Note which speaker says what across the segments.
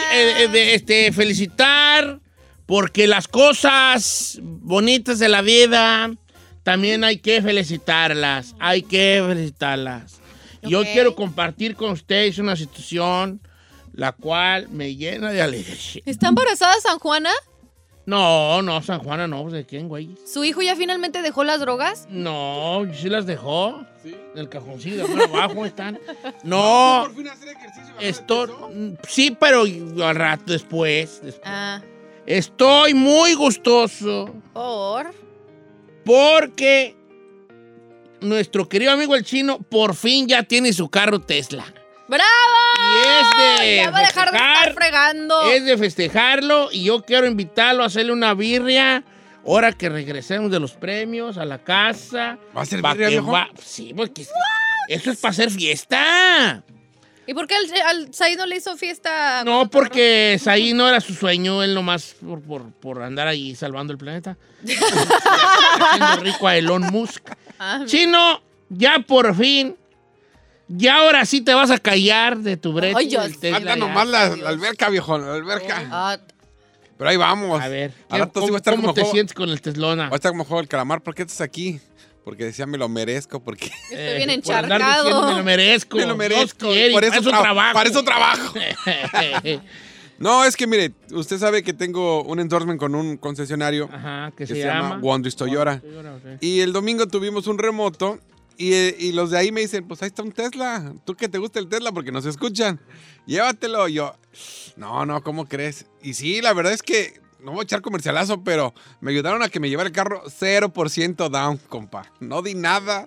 Speaker 1: de, este, felicitar porque las cosas bonitas de la vida también hay que felicitarlas, hay que felicitarlas. Y hoy
Speaker 2: Ok.
Speaker 1: quiero compartir con ustedes una situación la cual me llena de alegría.
Speaker 2: ¿Está embarazada San Juana?
Speaker 1: No, no, San Juana no, pues, ¿de quién, güey?
Speaker 2: ¿Su hijo ya finalmente dejó las drogas?
Speaker 1: No, sí las dejó. En el cajoncillo, de abajo están. No,
Speaker 3: Por fin hacer ejercicio. bajar de
Speaker 1: esto.
Speaker 3: peso.
Speaker 1: Sí, pero al rato después. después.
Speaker 2: Ah,
Speaker 1: Estoy muy gustoso
Speaker 2: por...
Speaker 1: porque nuestro querido amigo el chino por fin ya tiene su carro Tesla.
Speaker 2: ¡Bravo!
Speaker 1: Y es de.
Speaker 2: Ya va a dejar de estar
Speaker 1: festejar,
Speaker 2: fregando.
Speaker 1: es de festejarlo y yo quiero invitarlo a hacerle una birria. Ahora que regresemos de los premios a la casa.
Speaker 3: ¿Va a ser
Speaker 1: Pa'
Speaker 3: birria,
Speaker 1: que
Speaker 3: viejo?
Speaker 1: va- Sí, porque es- eso es para hacer fiesta.
Speaker 2: ¿Y por qué al, al Said no le hizo fiesta?
Speaker 1: No,
Speaker 2: cuando
Speaker 1: porque ahí no era su sueño, él nomás por, por, por andar ahí salvando el planeta. Haciendo rico a Elon Musk.
Speaker 2: Ah.
Speaker 1: Chino, ya por fin, ya ahora sí te vas a callar de tu brete.
Speaker 2: Ay, ya
Speaker 1: del
Speaker 2: sé.
Speaker 1: Tesla,
Speaker 3: Falta
Speaker 1: ya.
Speaker 3: nomás la, la alberca, viejo, la alberca.
Speaker 2: Ah,
Speaker 3: Pero ahí vamos.
Speaker 1: Oh. A ver,
Speaker 3: Al rato sí
Speaker 1: ¿cómo,
Speaker 3: va a estar
Speaker 1: cómo
Speaker 3: como Pues,
Speaker 1: te
Speaker 3: juego-
Speaker 1: sientes con el Teslona?
Speaker 3: Va a estar como juego del calamar. ¿Por qué estás aquí? Porque decía, me lo merezco, porque...
Speaker 2: estoy bien
Speaker 1: Eh, por andar diciendo,
Speaker 2: encharcado.
Speaker 1: me lo merezco.
Speaker 3: Me lo
Speaker 1: Dios
Speaker 3: merezco.
Speaker 1: quiere, y
Speaker 3: por eso tra-
Speaker 1: trabajo.
Speaker 3: Para eso trabajo. No, es que mire, usted sabe que tengo un endorsement con un concesionario
Speaker 1: Ajá, que
Speaker 3: que
Speaker 1: se,
Speaker 3: se, llama, Wondris Toyota.
Speaker 1: Toyota, sí.
Speaker 3: Y el domingo tuvimos un remoto y, eh, y los de ahí me dicen, pues ahí está un Tesla. Tú que te gusta el Tesla porque nos escuchan. Llévatelo. Y yo, no, no, ¿cómo crees? Y sí, la verdad es que no voy a echar comercialazo, pero me ayudaron a que me llevara el carro 0% down, compa. No di nada.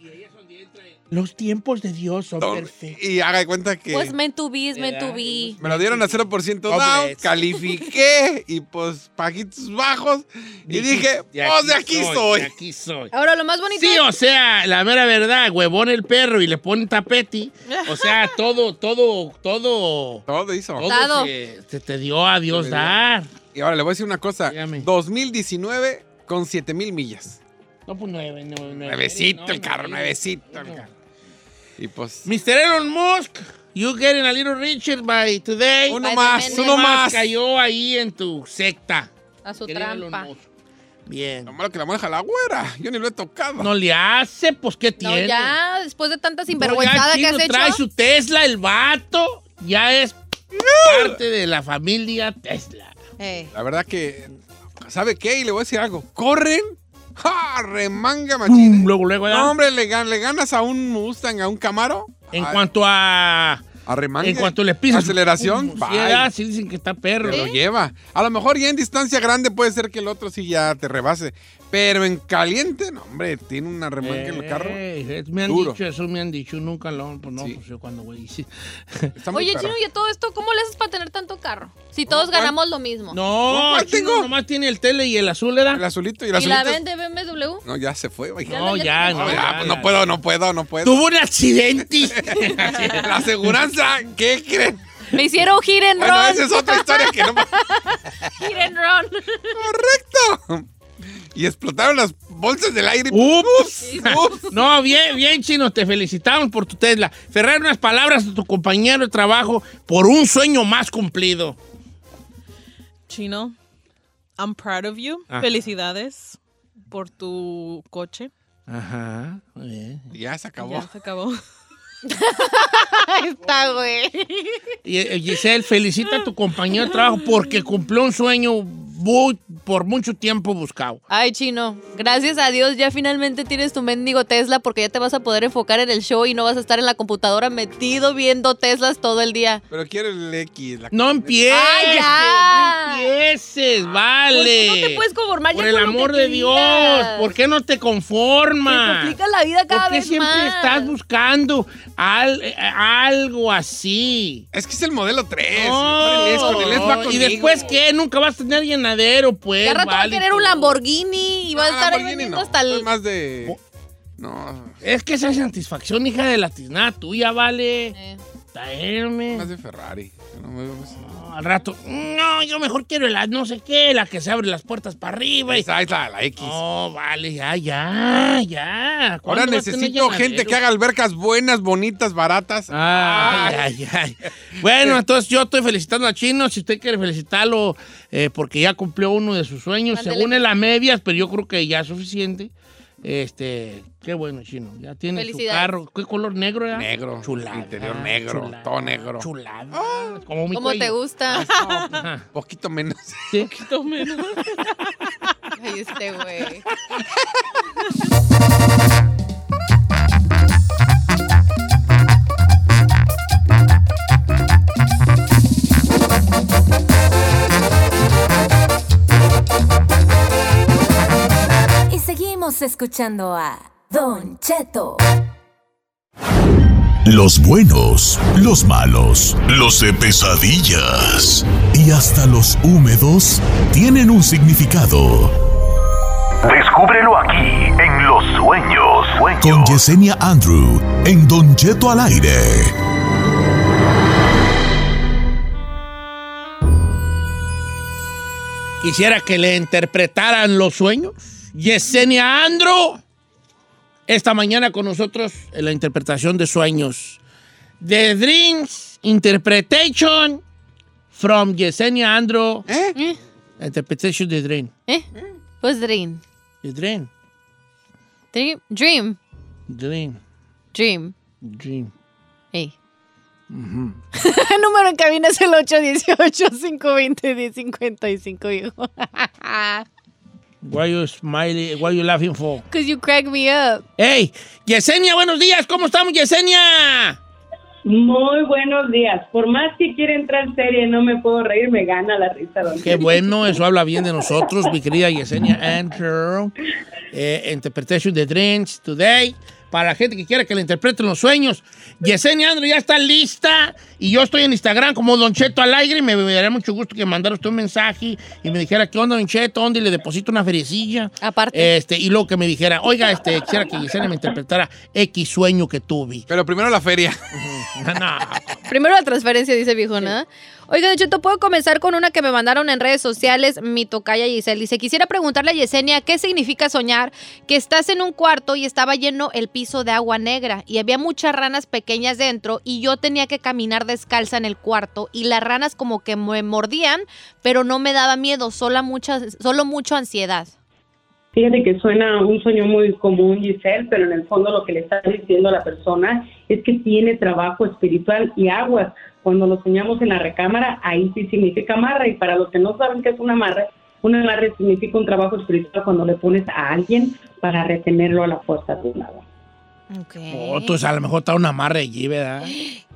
Speaker 1: Los tiempos de Dios son
Speaker 3: Don-
Speaker 1: perfectos.
Speaker 3: y haga de cuenta que...
Speaker 2: Pues me entubís, me
Speaker 1: Era-
Speaker 2: entubí.
Speaker 3: me lo dieron a 0% down,
Speaker 1: Hombre.
Speaker 3: califiqué y pues paguitos bajos. Y dije,
Speaker 1: de
Speaker 3: pues de aquí soy.
Speaker 1: de aquí soy.
Speaker 2: Ahora, lo más Ah, bonito
Speaker 1: Sí, o sea, la mera verdad, huevón el perro y le ponen tapete. O sea, todo, todo, todo.
Speaker 3: Todo hizo.
Speaker 1: Todo
Speaker 2: Dado.
Speaker 1: se, se te dio a Dios
Speaker 3: Se me dio.
Speaker 1: dar.
Speaker 3: Y ahora le voy a decir una cosa.
Speaker 1: Dígame.
Speaker 3: 2019 con 7 mil millas.
Speaker 1: No, pues nueve, nueve, nueve.
Speaker 3: Nuevecito
Speaker 1: No,
Speaker 3: el carro,
Speaker 1: nueve.
Speaker 3: nuevecito el
Speaker 1: No.
Speaker 3: carro. Y pues...
Speaker 1: Mr. Elon Musk, you getting a little richer by today.
Speaker 3: Uno
Speaker 2: Ay,
Speaker 3: más,
Speaker 2: también
Speaker 3: uno
Speaker 2: es-
Speaker 3: más.
Speaker 1: Cayó ahí en tu secta.
Speaker 2: a su
Speaker 1: querido Elon
Speaker 2: trampa.
Speaker 1: Musk. Bien.
Speaker 3: Lo malo que la maneja la güera. Yo ni lo he tocado.
Speaker 1: No le hace, pues, ¿qué
Speaker 2: No,
Speaker 1: tiene?
Speaker 2: ya, después de tanta
Speaker 1: No, ya
Speaker 2: sinvergüenzada que
Speaker 1: Chino
Speaker 2: has hecho.
Speaker 1: trae su Tesla, el vato, ya es parte de la familia Tesla.
Speaker 2: Eh,
Speaker 3: La verdad que... ¿Sabe qué? Y le voy a decir algo. ¿Corren? ¡Ja! Remanga, machín.
Speaker 1: Luego, luego, ya.
Speaker 3: Mm. No, hombre, le, gan- le ganas a un Mustang, a un Camaro.
Speaker 1: en
Speaker 3: a,
Speaker 1: cuanto a...
Speaker 3: a remanga.
Speaker 1: En cuanto le pisas...
Speaker 3: Aceleración.
Speaker 1: pum,
Speaker 3: bye.
Speaker 1: Sí, ah, sí dicen que está perro.
Speaker 3: Te lo lleva. A lo mejor ya en distancia grande puede ser que el otro sí ya te rebase. Pero en caliente, no, hombre, tiene una remanga en el carro.
Speaker 1: Eh, eh, me han
Speaker 3: Duro.
Speaker 1: dicho eso, me han dicho, nunca lo... Pues no,
Speaker 3: Sí.
Speaker 1: pues yo cuando güey. sí.
Speaker 3: Está muy
Speaker 2: Oye,
Speaker 3: perro.
Speaker 2: Chino, y a todo esto, ¿cómo le haces para tener tanto carro? Si todos
Speaker 3: ¿cuál?
Speaker 2: ganamos lo mismo.
Speaker 1: No,
Speaker 3: ¿Cuál
Speaker 1: Chino
Speaker 3: tengo?
Speaker 1: nomás tiene el tele y el azul, ¿era?
Speaker 3: El azulito y el
Speaker 2: ¿Y
Speaker 3: azulito.
Speaker 2: la vende BMW?
Speaker 3: No, ya se fue, vaya.
Speaker 2: Ya
Speaker 1: No, ya,
Speaker 2: la- ya
Speaker 1: no.
Speaker 3: No,
Speaker 1: ya,
Speaker 3: ya, pues, no
Speaker 1: ya.
Speaker 3: puedo, no puedo, no puedo.
Speaker 1: Tuvo un accidente.
Speaker 3: La aseguranza, ¿qué creen?
Speaker 2: Me hicieron gir en
Speaker 3: Bueno, esa
Speaker 2: ron.
Speaker 3: es otra historia que no.
Speaker 2: Gir en ron.
Speaker 3: Correcto. Y explotaron las bolsas del aire.
Speaker 1: Ups.
Speaker 3: Ups.
Speaker 1: No, bien, bien, chino, te felicitamos por tu Tesla. Ferrar unas palabras a tu compañero de trabajo por un sueño más cumplido.
Speaker 4: Chino, I'm proud of you.
Speaker 1: Ajá.
Speaker 4: Felicidades por tu coche.
Speaker 1: Ajá, muy bien.
Speaker 3: Ya se acabó.
Speaker 4: Ya se acabó.
Speaker 2: Está, güey.
Speaker 1: Y, eh, Giselle, felicita a tu compañero de trabajo porque cumplió un sueño bu- por mucho tiempo buscado.
Speaker 2: Ay, Chino, gracias a Dios ya finalmente tienes tu mendigo Tesla porque ya te vas a poder enfocar en el show y no vas a estar en la computadora metido viendo Teslas todo el día.
Speaker 3: Pero quiero el X. La...
Speaker 1: No empieces,
Speaker 2: Ay, ya.
Speaker 1: no empieces,
Speaker 2: ¿Por
Speaker 1: vale.
Speaker 2: qué no te puedes conformar ya
Speaker 1: Por el
Speaker 2: con lo que
Speaker 1: amor de Dios,
Speaker 2: tengas?
Speaker 1: ¿por qué no te
Speaker 2: Te
Speaker 1: conformas?
Speaker 2: complica la vida cada
Speaker 1: ¿Por qué
Speaker 2: vez
Speaker 1: siempre
Speaker 2: más.
Speaker 1: estás buscando al- eh, algo así?
Speaker 3: Es que es el modelo 3.
Speaker 1: No,
Speaker 3: el S, con el S va
Speaker 1: no,
Speaker 3: conmigo.
Speaker 1: Y después, ¿qué? Nunca vas a tener llenadero, pues.
Speaker 2: Y al rato va a
Speaker 1: válido.
Speaker 2: querer un Lamborghini y va a
Speaker 3: No,
Speaker 2: estar ahí
Speaker 3: Lamborghini
Speaker 2: vendiendo
Speaker 3: Ah, pues no,
Speaker 2: hasta
Speaker 3: soy
Speaker 2: el...
Speaker 3: más de... No,
Speaker 1: Es que esa satisfacción, hija de la tiznada tuya, vale.
Speaker 2: Eh,
Speaker 1: traerme.
Speaker 3: Más de Ferrari. Yo no me veo más-
Speaker 1: No, al rato, no, yo mejor quiero la no sé qué, la que se abre las puertas para arriba.
Speaker 3: Ahí
Speaker 1: Y...
Speaker 3: está, ahí está, la X.
Speaker 1: No, vale, ya, ya, ya. ¿Cuándo
Speaker 3: Ahora
Speaker 1: va a tener
Speaker 3: necesito gente
Speaker 1: llenadero?
Speaker 3: que haga albercas buenas, bonitas, baratas.
Speaker 1: Ay, ay, ay. Bueno, entonces yo estoy felicitando a Chino. Si usted quiere felicitarlo eh, porque ya cumplió uno de sus sueños,
Speaker 2: Ándele.
Speaker 1: según él a medias, pero yo creo que ya es suficiente. Este, qué bueno, Chino. Ya tiene su
Speaker 2: Felicidades.
Speaker 1: carro. ¿Qué color negro era?
Speaker 3: Negro.
Speaker 1: Chulada.
Speaker 3: Interior negro,
Speaker 1: chulada,
Speaker 3: todo negro.
Speaker 1: Chulada. Como mi
Speaker 2: Como te
Speaker 1: cuello. Ah,
Speaker 2: gusta.
Speaker 1: Ajá,
Speaker 3: Poquito menos.
Speaker 1: sí.
Speaker 2: Ay, este güey.
Speaker 5: Y seguimos escuchando a Don Cheto.
Speaker 6: Los buenos, los malos, los de pesadillas y hasta los húmedos tienen un significado.
Speaker 7: Descúbrelo aquí en Los Sueños. Sueños.
Speaker 6: Con Yesenia Andrew en Don Cheto al aire.
Speaker 1: Quisiera que le interpretaran los sueños. Yesenia Andro, esta mañana con nosotros en la interpretación de sueños. The Dreams Interpretation from Yesenia Andro.
Speaker 3: ¿Eh?
Speaker 2: Eh.
Speaker 1: Interpretation de Dream.
Speaker 2: ¿Eh? Pues Dream.
Speaker 1: The Dream.
Speaker 2: Dream. Dream.
Speaker 1: Dream.
Speaker 2: Dream.
Speaker 1: Dream.
Speaker 2: Ey. El número en cabina es el 818-520-1055, hijo.
Speaker 1: Why you smiley? Why you laughing for?
Speaker 2: Because you crack me up.
Speaker 1: Hey, Yesenia, buenos días. ¿Cómo estamos, Yesenia?
Speaker 8: Muy buenos días. Por más que quiera entrar serie, no me puedo reír, me gana la risa. Don
Speaker 1: Qué bueno, eso habla bien de nosotros, mi querida Yesenia Andrew. Eh, interpretation de Dreams Today. Para la gente que quiera que le interpreten los sueños. Yesenia Andrew ya está lista. Y yo estoy en Instagram como Don Cheto al aire. Y me, me daría mucho gusto que mandara usted un mensaje y me dijera, ¿qué onda, Don Cheto? ¿Dónde le deposito una feriecilla?
Speaker 2: Aparte.
Speaker 1: Este, y luego que me dijera, oiga, este, quisiera que Yesenia me interpretara X sueño que tuve.
Speaker 3: Pero primero la feria.
Speaker 1: No,
Speaker 2: Primero la transferencia, dice viejona. Oiga, Don Cheto, puedo comenzar con una que me mandaron en redes sociales, mi tocaya Giselle. Dice, quisiera preguntarle a Yesenia, ¿qué significa soñar que estás en un cuarto y estaba lleno el piso de agua negra y había muchas ranas pequeñas dentro y yo tenía que caminar descalza en el cuarto y las ranas como que me mordían, pero no me daba miedo, solo mucha, solo mucho ansiedad?
Speaker 8: Fíjate que suena un sueño muy común, Giselle, pero en el fondo lo que le está diciendo a la persona es que tiene trabajo espiritual y aguas. Cuando lo soñamos en la recámara, ahí sí significa amarra. Y para los que no saben qué es un amarre, un amarre significa un trabajo espiritual cuando le pones a alguien para retenerlo a la fuerza de un agua.
Speaker 1: Oh, Entonces a lo mejor está una amarre allí, ¿verdad?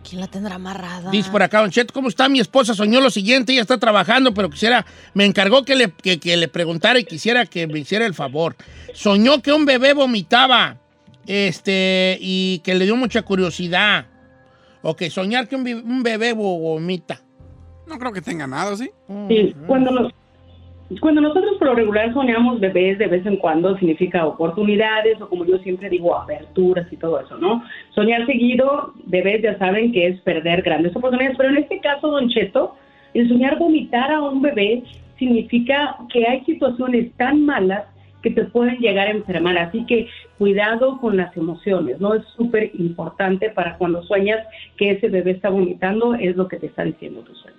Speaker 2: ¿Quién la tendrá amarrada?
Speaker 1: Dice por acá, Don Cheto, ¿cómo está? Mi esposa soñó lo siguiente, ella está trabajando, pero quisiera, me encargó que le, que, que le preguntara y quisiera que me hiciera el favor. Soñó que un bebé vomitaba, este, y que le dio mucha curiosidad. O que soñar que un, bi- un bebé vo- vomita. Mm.
Speaker 3: No creo que tenga nada, ¿sí?
Speaker 8: Sí, cuando los- Cuando nosotros por lo regular soñamos bebés de vez en cuando significa oportunidades o como yo siempre digo aperturas y todo eso, ¿no? Soñar seguido, bebés ya saben que es perder grandes oportunidades, pero en este caso, Don Cheto, el soñar vomitar a un bebé significa que hay situaciones tan malas que te pueden llegar a enfermar, así que cuidado con las emociones, ¿no? Es súper importante para cuando sueñas que ese bebé está vomitando, es lo que te está diciendo tu sueño.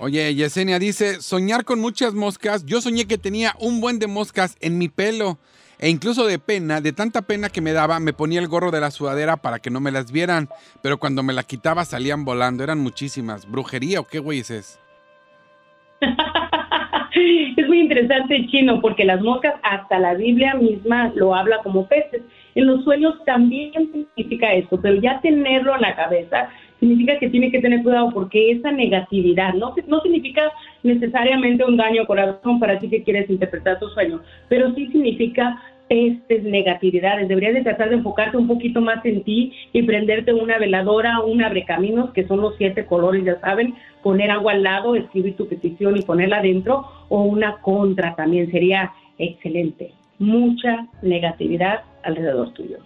Speaker 3: Oye, Yesenia dice, soñar con muchas moscas. Yo soñé que tenía un buen de moscas en mi pelo. E incluso de pena, de tanta pena que me daba, me ponía el gorro de la sudadera para que no me las vieran. Pero cuando me la quitaba salían volando, eran muchísimas. ¿Brujería o qué güey es?
Speaker 8: Es muy interesante chino porque las moscas hasta la Biblia misma lo habla como peces. En los sueños también significa eso, pero ya tenerlo en la cabeza significa que tiene que tener cuidado porque esa negatividad no, no significa necesariamente un daño al corazón para ti que quieres interpretar tu sueño, pero sí significa pestes, negatividades. Deberías de tratar de enfocarte un poquito más en ti y prenderte una veladora, un abrecaminos, que son los siete colores, ya saben, poner agua al lado, escribir tu petición y ponerla adentro, o una contra también sería excelente. Mucha negatividad alrededor tuyo.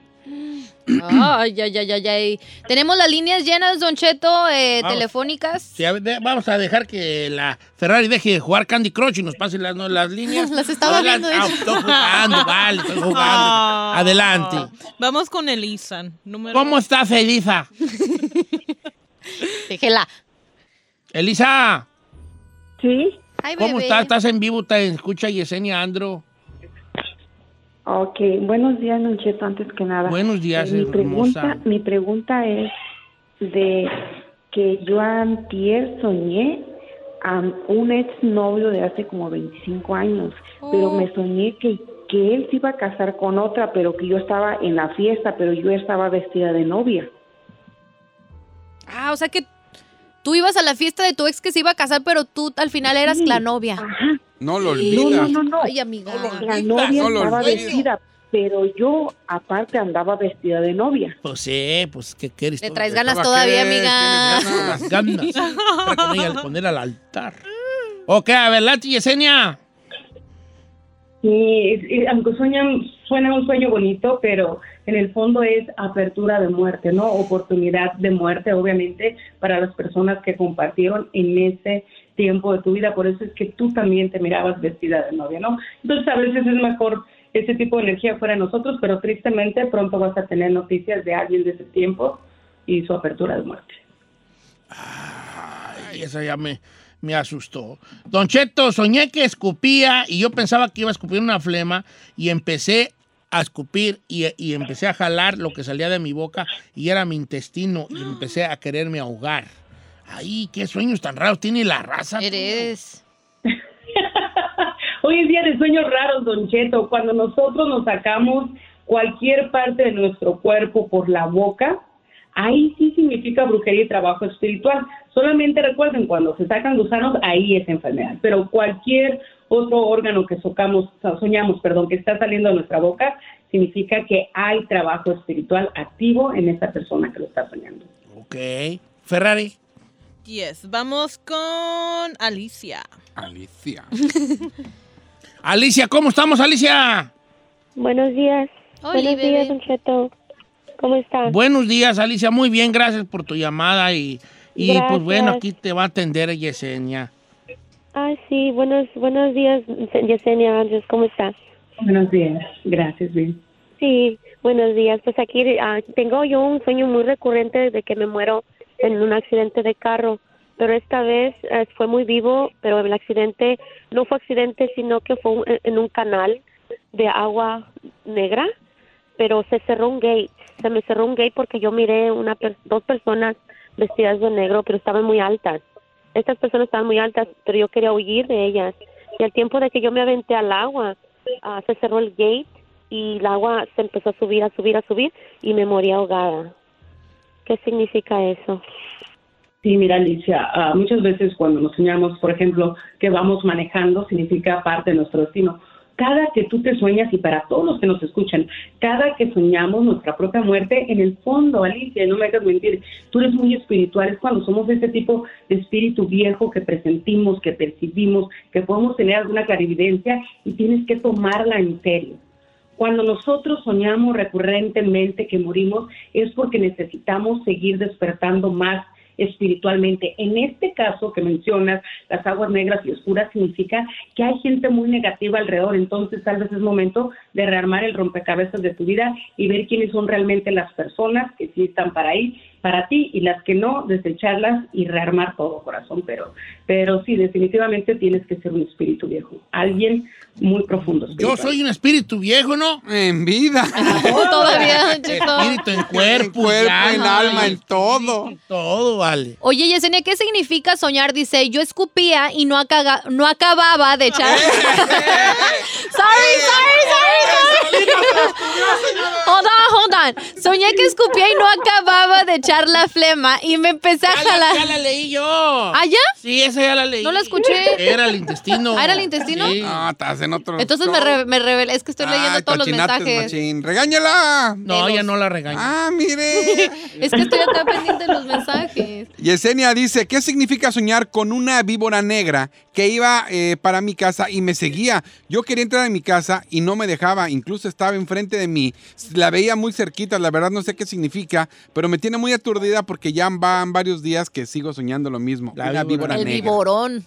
Speaker 2: Ay, ay, ay, ay, ay. Tenemos las líneas llenas, Don Cheto, eh,
Speaker 1: Vamos.
Speaker 2: telefónicas.
Speaker 1: Sí, a ver, de- vamos a dejar que la Ferrari deje de jugar Candy Crush y nos pase las, no, las líneas.
Speaker 2: Las estaba
Speaker 1: Adelante.
Speaker 2: viendo,
Speaker 1: Ah,
Speaker 2: dice.
Speaker 1: estoy jugando, vale, estoy jugando.
Speaker 4: Ah.
Speaker 1: Adelante.
Speaker 4: Vamos con Elisa. Número
Speaker 1: ¿Cómo estás, Elisa?
Speaker 2: Déjela.
Speaker 1: Elisa,
Speaker 8: Sí.
Speaker 2: Ay,
Speaker 1: ¿cómo
Speaker 2: bebé.
Speaker 1: estás? ¿Estás en vivo? ¿Te escucha Yesenia Andro?
Speaker 8: Ok, buenos días, Don Cheto, antes que nada.
Speaker 1: Buenos días,
Speaker 8: mi
Speaker 1: hermosa.
Speaker 8: pregunta, mi pregunta es de que yo antier soñé a un exnovio de hace como 25 años, pero me soñé que, que él se iba a casar con otra, pero que yo estaba en la fiesta, pero yo estaba vestida de novia.
Speaker 2: Ah, o sea que tú ibas a la fiesta de tu ex que se iba a casar, pero tú al final eras la novia.
Speaker 8: Ajá.
Speaker 3: No lo
Speaker 8: No,
Speaker 3: olvidas.
Speaker 8: no, no, no.
Speaker 2: Ay, amiga.
Speaker 8: La
Speaker 1: Olvidas,
Speaker 8: novia
Speaker 3: no lo
Speaker 8: estaba
Speaker 3: olvidas.
Speaker 8: vestida, pero yo aparte andaba vestida de novia.
Speaker 1: Pues sí, pues ¿qué quieres?
Speaker 2: Le
Speaker 1: tú?
Speaker 2: traes
Speaker 3: ¿Qué
Speaker 2: ganas
Speaker 3: va a
Speaker 2: todavía,
Speaker 3: querer?
Speaker 2: amiga.
Speaker 3: ¿Qué le ganas?
Speaker 1: Las ganas. Para con ella le poner al altar. Ok, a ver, Lati Yesenia.
Speaker 8: Sí, es- es- aunque sueñan, suena un sueño bonito, pero en el fondo es apertura de muerte, ¿no? Oportunidad de muerte, obviamente, para las personas que compartieron en ese tiempo de tu vida. Por eso es que tú también te mirabas vestida de novia, ¿no? Entonces, a veces es mejor ese tipo de energía fuera de nosotros, pero tristemente pronto vas a tener noticias de alguien de ese tiempo y su apertura de muerte.
Speaker 1: Ay, esa ya me, me asustó. Don Cheto, soñé que escupía y yo pensaba que iba a escupir una flema y empecé a escupir y, y empecé a jalar lo que salía de mi boca y era mi intestino y empecé a quererme ahogar. Ay, qué sueños tan raros tiene la raza. tú.
Speaker 2: Eres.
Speaker 8: Hoy es día de sueños raros, Don Cheto. Cuando nosotros nos sacamos cualquier parte de nuestro cuerpo por la boca, ahí sí significa brujería y trabajo espiritual. Solamente recuerden, cuando se sacan gusanos, ahí es enfermedad. Pero cualquier otro órgano que socamos, soñamos, perdón, que está saliendo de nuestra boca, significa que hay trabajo espiritual activo en esa persona que lo está soñando.
Speaker 1: Ok. Ferrari.
Speaker 4: 10. Vamos con Alicia.
Speaker 3: Alicia.
Speaker 1: Alicia, ¿cómo estamos, Alicia?
Speaker 9: Buenos días.
Speaker 2: Oli,
Speaker 9: Buenos días,
Speaker 2: bebé.
Speaker 9: Don Cheto. ¿Cómo está?
Speaker 1: Buenos días, Alicia. Muy bien, gracias por tu llamada y, y, pues
Speaker 9: Gracias.
Speaker 1: bueno, aquí te va a atender Yesenia.
Speaker 9: Ah, sí, buenos, buenos días, Yesenia Andrés, ¿cómo está?
Speaker 8: Buenos días. Gracias, bien.
Speaker 9: Sí, buenos días. Pues aquí ah, tengo yo un sueño muy recurrente de que me muero en un accidente de carro, pero esta vez eh, fue muy vivo, pero el accidente no fue accidente, sino que fue un- eh, en un canal de agua negra, pero se cerró un gate, se me cerró un gate porque yo miré una per- dos personas vestidas de negro, pero estaban muy altas. Estas personas estaban muy altas, pero yo quería huir de ellas. Y al tiempo de que yo me aventé al agua, ah, se cerró el gate y el agua se empezó a subir, a subir, a subir y me morí ahogada. ¿Qué significa eso?
Speaker 8: Sí, mira, Alicia, ah, muchas veces cuando nos soñamos, por ejemplo, que vamos manejando, significa parte de nuestro destino. Cada que tú te sueñas, y para todos los que nos escuchan, cada que soñamos nuestra propia muerte, en el fondo, Alicia, no me hagas mentir, tú eres muy espiritual, es cuando somos ese tipo de espíritu viejo que presentimos, que percibimos, que podemos tener alguna clarividencia y tienes que tomarla en serio. Cuando nosotros soñamos recurrentemente que morimos es porque necesitamos seguir despertando más espiritualmente. En este caso que mencionas, las aguas negras y oscuras significa que hay gente muy negativa alrededor, entonces tal vez es momento de rearmar el rompecabezas de tu vida y ver quiénes son realmente las personas que sí están para ahí, para ti y las que no, desecharlas y rearmar todo corazón, pero pero sí definitivamente tienes que ser un espíritu viejo, alguien muy profundo.
Speaker 1: Yo
Speaker 8: espiritual.
Speaker 1: soy un espíritu viejo, ¿no?
Speaker 3: En vida.
Speaker 2: Oh, Todavía,
Speaker 1: Eh,
Speaker 2: Don Cheto.
Speaker 1: Espíritu en cuerpo,
Speaker 3: en cuerpo,
Speaker 1: ya,
Speaker 3: en
Speaker 1: no,
Speaker 3: alma,
Speaker 1: y
Speaker 3: en todo.
Speaker 1: Todo vale.
Speaker 2: Oye, Yesenia, ¿qué significa soñar? Dice, yo escupía y no, acaga- no acababa de
Speaker 1: Eh,
Speaker 2: echar. sorry, sorry, sorry, sorry. Hold on, hold on. Soñé que escupía y no acababa de echar echar la flema y me empecé a
Speaker 1: Ya la, ya
Speaker 2: jalar.
Speaker 1: la leí yo.
Speaker 2: ¿Ah, ya?
Speaker 1: Sí, esa ya la leí.
Speaker 2: No la escuché.
Speaker 1: Era el intestino.
Speaker 2: ¿Ah, era el intestino?
Speaker 1: Sí.
Speaker 3: No, estás en otro.
Speaker 2: Entonces me,
Speaker 3: Ah. No.
Speaker 2: re- me revelé. Es que estoy leyendo
Speaker 3: Ay,
Speaker 2: todos los
Speaker 3: cochinates,
Speaker 2: mensajes.
Speaker 3: machín. ¡Regáñala! Eh,
Speaker 1: No, ya no la regañé.
Speaker 3: Ah, mire.
Speaker 2: Es que estoy acá pendiente de los mensajes.
Speaker 3: Yesenia dice, ¿qué significa soñar con una víbora negra que iba eh, para mi casa y me seguía? Yo quería entrar en mi casa y no me dejaba, incluso estaba enfrente de mí, la veía muy cerquita, la verdad no sé qué significa, pero me tiene muy aturdida porque ya van varios días que sigo soñando lo mismo.
Speaker 1: La
Speaker 3: una
Speaker 1: víbora.
Speaker 3: víbora,
Speaker 2: El
Speaker 3: negra.
Speaker 2: viborón.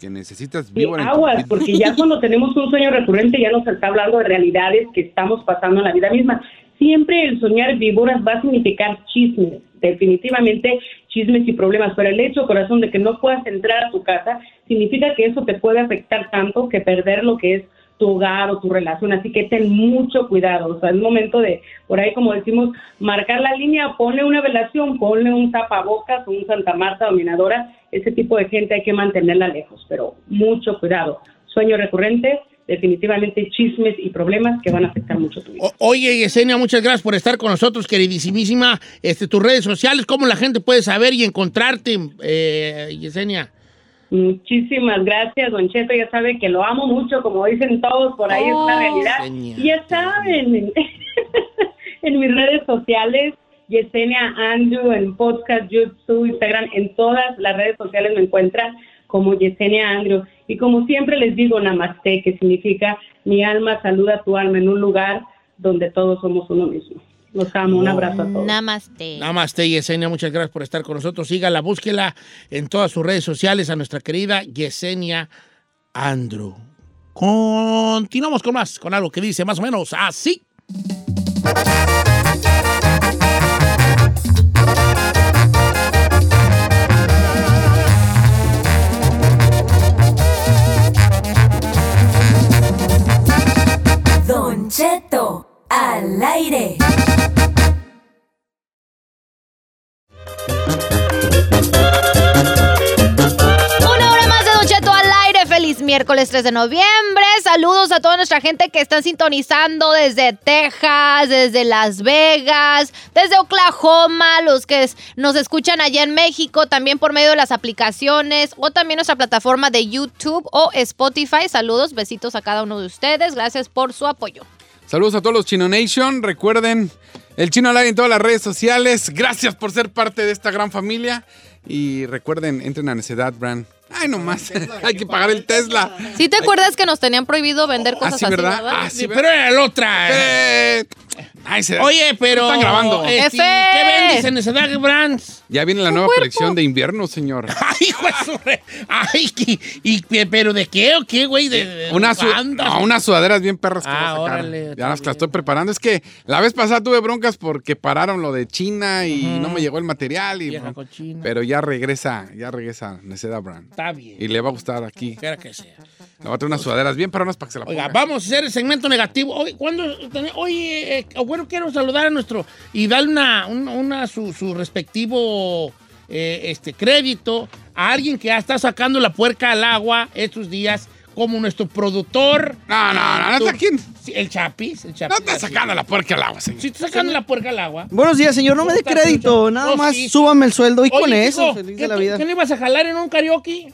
Speaker 3: Que necesitas
Speaker 8: Y
Speaker 3: víbora. en tu
Speaker 8: aguas,
Speaker 3: vida.
Speaker 8: porque ya cuando tenemos un sueño recurrente ya nos está hablando de realidades que estamos pasando en la vida misma. Siempre el soñar víboras va a significar chismes, definitivamente chismes y problemas, pero el hecho, corazón, de que no puedas entrar a tu casa significa que eso te puede afectar tanto que perder lo que es tu hogar o tu relación, así que ten mucho cuidado, o sea, es momento de, por ahí como decimos, marcar la línea, ponle una velación, ponle un tapabocas, un Santa Marta dominadora, ese tipo de gente hay que mantenerla lejos, pero mucho cuidado, sueño recurrente, definitivamente chismes y problemas que van a afectar mucho tu vida.
Speaker 1: O- oye, Yesenia, muchas gracias por estar con nosotros, queridísimísima. Este, tus redes sociales, ¿cómo la gente puede saber y encontrarte, eh, Yesenia?
Speaker 8: Muchísimas gracias, Don Cheto. Ya sabe que lo amo mucho, como dicen todos, por ahí es la realidad.
Speaker 1: Yesenia.
Speaker 8: Y ya saben, en, en mis redes sociales, Yesenia Andrew, en podcast, YouTube, Instagram, en todas las redes sociales me encuentran como Yesenia Andrew. Y como siempre les digo, Namaste, que significa mi alma saluda a tu alma en un lugar donde todos somos uno mismo. Los amo, un abrazo a todos.
Speaker 2: Namaste.
Speaker 1: Namaste, Yesenia. Muchas gracias por estar con nosotros. Sígala, búsquela en todas sus redes sociales a nuestra querida Yesenia Andrew. Continuamos con más, con algo que dice más o menos así.
Speaker 5: Don Cheto al aire.
Speaker 2: Una hora más de Don Cheto al aire. Feliz miércoles 3 de noviembre. Saludos a toda nuestra gente que están sintonizando desde Texas, desde Las Vegas, desde Oklahoma, los que es- nos escuchan allá en México, también por medio de las aplicaciones o también nuestra plataforma de YouTube o Spotify. Saludos, besitos a cada uno de ustedes. Gracias por su apoyo.
Speaker 3: Saludos a todos los Chino Nation. Recuerden, el Chino al aire en todas las redes sociales. Gracias por ser parte de esta gran familia. Y recuerden, entren a Necedad Brand. Ay, nomás. Hay que pagar el Tesla.
Speaker 2: ¿Sí te acuerdas que nos tenían prohibido vender cosas así,
Speaker 3: Así, Ah, ¿verdad?
Speaker 2: verdad?
Speaker 3: Así,
Speaker 1: Sí, pero era la otra.
Speaker 3: Eh, ay, se-
Speaker 1: Oye, pero.
Speaker 3: Están grabando.
Speaker 1: este,
Speaker 2: Efe.
Speaker 1: ¿Qué vendes en Necedad Brands?
Speaker 3: Ya viene la nueva colección de invierno, señor.
Speaker 1: ¡Ay, hijo de su re- ¡Ay, que- y, que- pero de qué o qué, güey! ¿De, de-
Speaker 3: Una
Speaker 1: de
Speaker 3: su-
Speaker 1: bandas?
Speaker 3: no, unas sudaderas bien perras que
Speaker 1: Ah,
Speaker 3: voy a sacar.
Speaker 1: órale, está
Speaker 3: Ya las que
Speaker 1: bien.
Speaker 3: las estoy preparando. Es que la vez pasada tuve broncas porque pararon lo de China y no me llegó el material. Y,
Speaker 1: Vieja cochina.
Speaker 3: pero ya regresa, ya regresa Necedad Brand.
Speaker 1: Está bien.
Speaker 3: Y le va a gustar aquí.
Speaker 1: Quiera que sea.
Speaker 3: Le va a traer unas sudaderas bien perronas para que se la
Speaker 1: Oiga,
Speaker 3: ponga.
Speaker 1: vamos a hacer el segmento negativo. Hoy, ¿cuándo ten- Oye, eh, bueno, quiero saludar a nuestro y darle una, un- una- su, su respectivo eh, este, crédito a alguien que ya está sacando la puerca al agua estos días, como nuestro productor.
Speaker 3: No, no, no, no está aquí.
Speaker 1: Sí, El Chapis. El
Speaker 3: No
Speaker 1: Chapis.
Speaker 3: está sacando la puerca al agua, señor.
Speaker 1: Sí, está sacando la puerca al agua.
Speaker 10: Buenos días, señor. No me dé crédito. Nada
Speaker 1: No,
Speaker 10: más
Speaker 1: Oh, sí.
Speaker 10: súbame el sueldo y
Speaker 1: Oye,
Speaker 10: con eso,
Speaker 1: hijo,
Speaker 10: feliz
Speaker 1: ¿qué
Speaker 10: de la
Speaker 1: tú-
Speaker 10: vida.
Speaker 1: ¿Qué no ibas a jalar en un karaoke?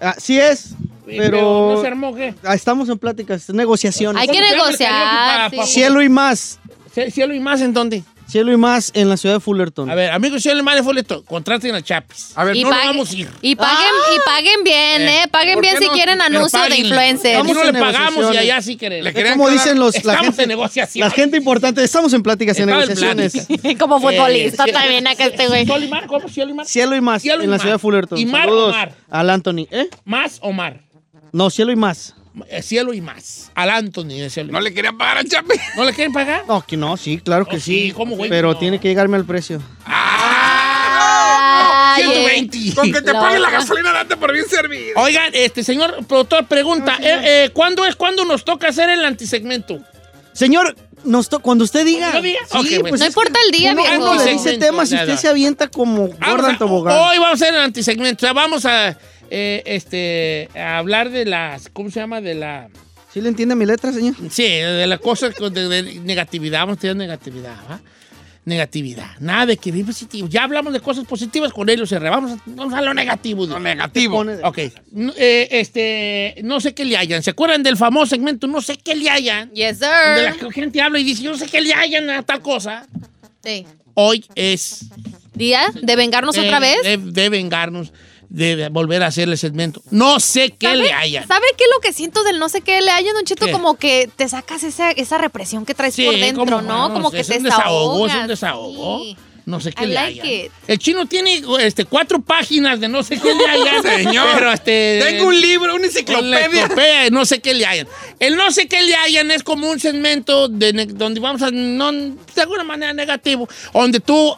Speaker 10: Así es,
Speaker 1: Eh,
Speaker 10: pero
Speaker 1: no se armó, ¿qué?
Speaker 10: ah, estamos en pláticas, negociaciones.
Speaker 2: Hay que
Speaker 1: ¿Cómo se llama el
Speaker 2: negociar,
Speaker 1: karaoke pa-
Speaker 2: sí.
Speaker 1: pa-
Speaker 10: Cielo y más.
Speaker 1: Ce- Cielo y más, ¿en dónde?
Speaker 10: Cielo y más en la ciudad de Fullerton.
Speaker 1: A ver, amigos, Cielo y más de Folleto, contraten a Chapis.
Speaker 3: A ver,
Speaker 2: Y
Speaker 1: no lo
Speaker 2: paguen-
Speaker 1: vamos a ir.
Speaker 2: Y paguen, y paguen bien,
Speaker 1: Eh,
Speaker 2: ¿eh? Paguen
Speaker 3: ¿por
Speaker 2: bien
Speaker 3: qué
Speaker 2: si
Speaker 3: no?
Speaker 2: quieren
Speaker 1: Pero
Speaker 2: anuncios de
Speaker 1: páguenle.
Speaker 2: influencers.
Speaker 1: Aquí no le
Speaker 10: Vamos en
Speaker 1: pagamos y
Speaker 10: negociaciones.
Speaker 1: allá sí queremos.
Speaker 3: Le- querían
Speaker 10: Como
Speaker 3: quedar-
Speaker 10: dicen los, la,
Speaker 1: Estamos en
Speaker 10: gente,
Speaker 1: negociación.
Speaker 10: la gente importante, estamos en pláticas, en
Speaker 1: Estaba el plan.
Speaker 10: negociaciones.
Speaker 2: Como
Speaker 1: Eh,
Speaker 2: futbolista
Speaker 1: Cielo-
Speaker 2: también acá este güey.
Speaker 1: Cielo y mar, ¿cómo? Cielo y mar.
Speaker 10: Cielo y más
Speaker 1: Cielo y
Speaker 10: en la
Speaker 1: Mar.
Speaker 10: ciudad de Fullerton.
Speaker 1: Y Mar o
Speaker 10: Saludos
Speaker 1: Mar.
Speaker 10: al Anthony. ¿Eh?
Speaker 1: ¿Más o mar?
Speaker 10: No, cielo y más.
Speaker 1: Eh, Cielo y más. Al Anthony de Cielo y
Speaker 3: No
Speaker 1: Mar.
Speaker 3: le querían pagar al Chapi.
Speaker 1: ¿No le quieren pagar?
Speaker 10: No, que no, sí, claro que
Speaker 1: Oh, sí,
Speaker 10: sí.
Speaker 1: ¿cómo, güey?
Speaker 10: Pero
Speaker 1: No.
Speaker 10: tiene que llegarme al precio.
Speaker 2: Ay, eh.
Speaker 1: 120.
Speaker 3: Con que te
Speaker 2: La
Speaker 3: pague la
Speaker 2: otra.
Speaker 3: gasolina, date por bien servido.
Speaker 1: Oigan, este señor productor pregunta, eh, eh, ¿cuándo es cuando nos toca hacer el antisegmento?
Speaker 10: Señor, nos to- cuando usted diga.
Speaker 1: ¿Yo diga?
Speaker 10: Sí,
Speaker 1: Ok, bueno.
Speaker 10: pues
Speaker 2: No
Speaker 10: es que
Speaker 2: importa el día,
Speaker 10: uno-
Speaker 2: viejo.
Speaker 10: uno le dice
Speaker 1: Segmento,
Speaker 10: temas y
Speaker 1: nada.
Speaker 10: usted se avienta como
Speaker 1: Vamos
Speaker 10: Gordon
Speaker 1: a-
Speaker 10: Tobogán.
Speaker 1: Hoy vamos a hacer el antisegmento. O sea, vamos a, eh, este, a hablar de las, ¿cómo se llama? De la,
Speaker 10: ¿Sí le entiende mi letra, señor?
Speaker 1: sí, de la cosa con- de, de negatividad. Vamos a tener negatividad, ¿va? negatividad. Nada de que bien positivo. Ya hablamos de cosas positivas con ellos. Vamos, a- vamos a lo negativo. Lo
Speaker 3: negativo.
Speaker 1: Ok. No, eh, este, no sé qué le hayan. ¿Se acuerdan del famoso segmento No sé qué le hayan?
Speaker 2: Yes, sir.
Speaker 1: Donde la gente habla y dice, yo no sé qué le hayan a tal cosa.
Speaker 2: Sí.
Speaker 1: Hoy es...
Speaker 2: ¿Día de vengarnos
Speaker 1: de-
Speaker 2: otra vez?
Speaker 1: Eh, De, de vengarnos, de volver a hacer el segmento. No sé qué le hayan.
Speaker 2: ¿Sabe qué es lo que siento del no sé qué le hayan, Don Cheto?
Speaker 1: ¿Qué?
Speaker 2: Como que te sacas esa, esa represión que traes
Speaker 1: Sí,
Speaker 2: por dentro,
Speaker 1: cómo
Speaker 2: ¿no? Como que
Speaker 1: es
Speaker 2: te
Speaker 1: un desahogo, es
Speaker 2: desahogas.
Speaker 1: un desahogo.
Speaker 2: Sí.
Speaker 1: No sé qué
Speaker 2: I
Speaker 1: le
Speaker 2: like
Speaker 1: hayan.
Speaker 2: it.
Speaker 1: El chino tiene este, cuatro páginas de no sé qué le hayan.
Speaker 3: Señor,
Speaker 1: pero, este,
Speaker 3: tengo un libro, una
Speaker 1: la
Speaker 3: enciclopedia.
Speaker 1: enciclopedia de no sé qué le hayan. El no sé qué le hayan es como un segmento de ne- donde vamos a, no, de alguna manera negativo, donde tú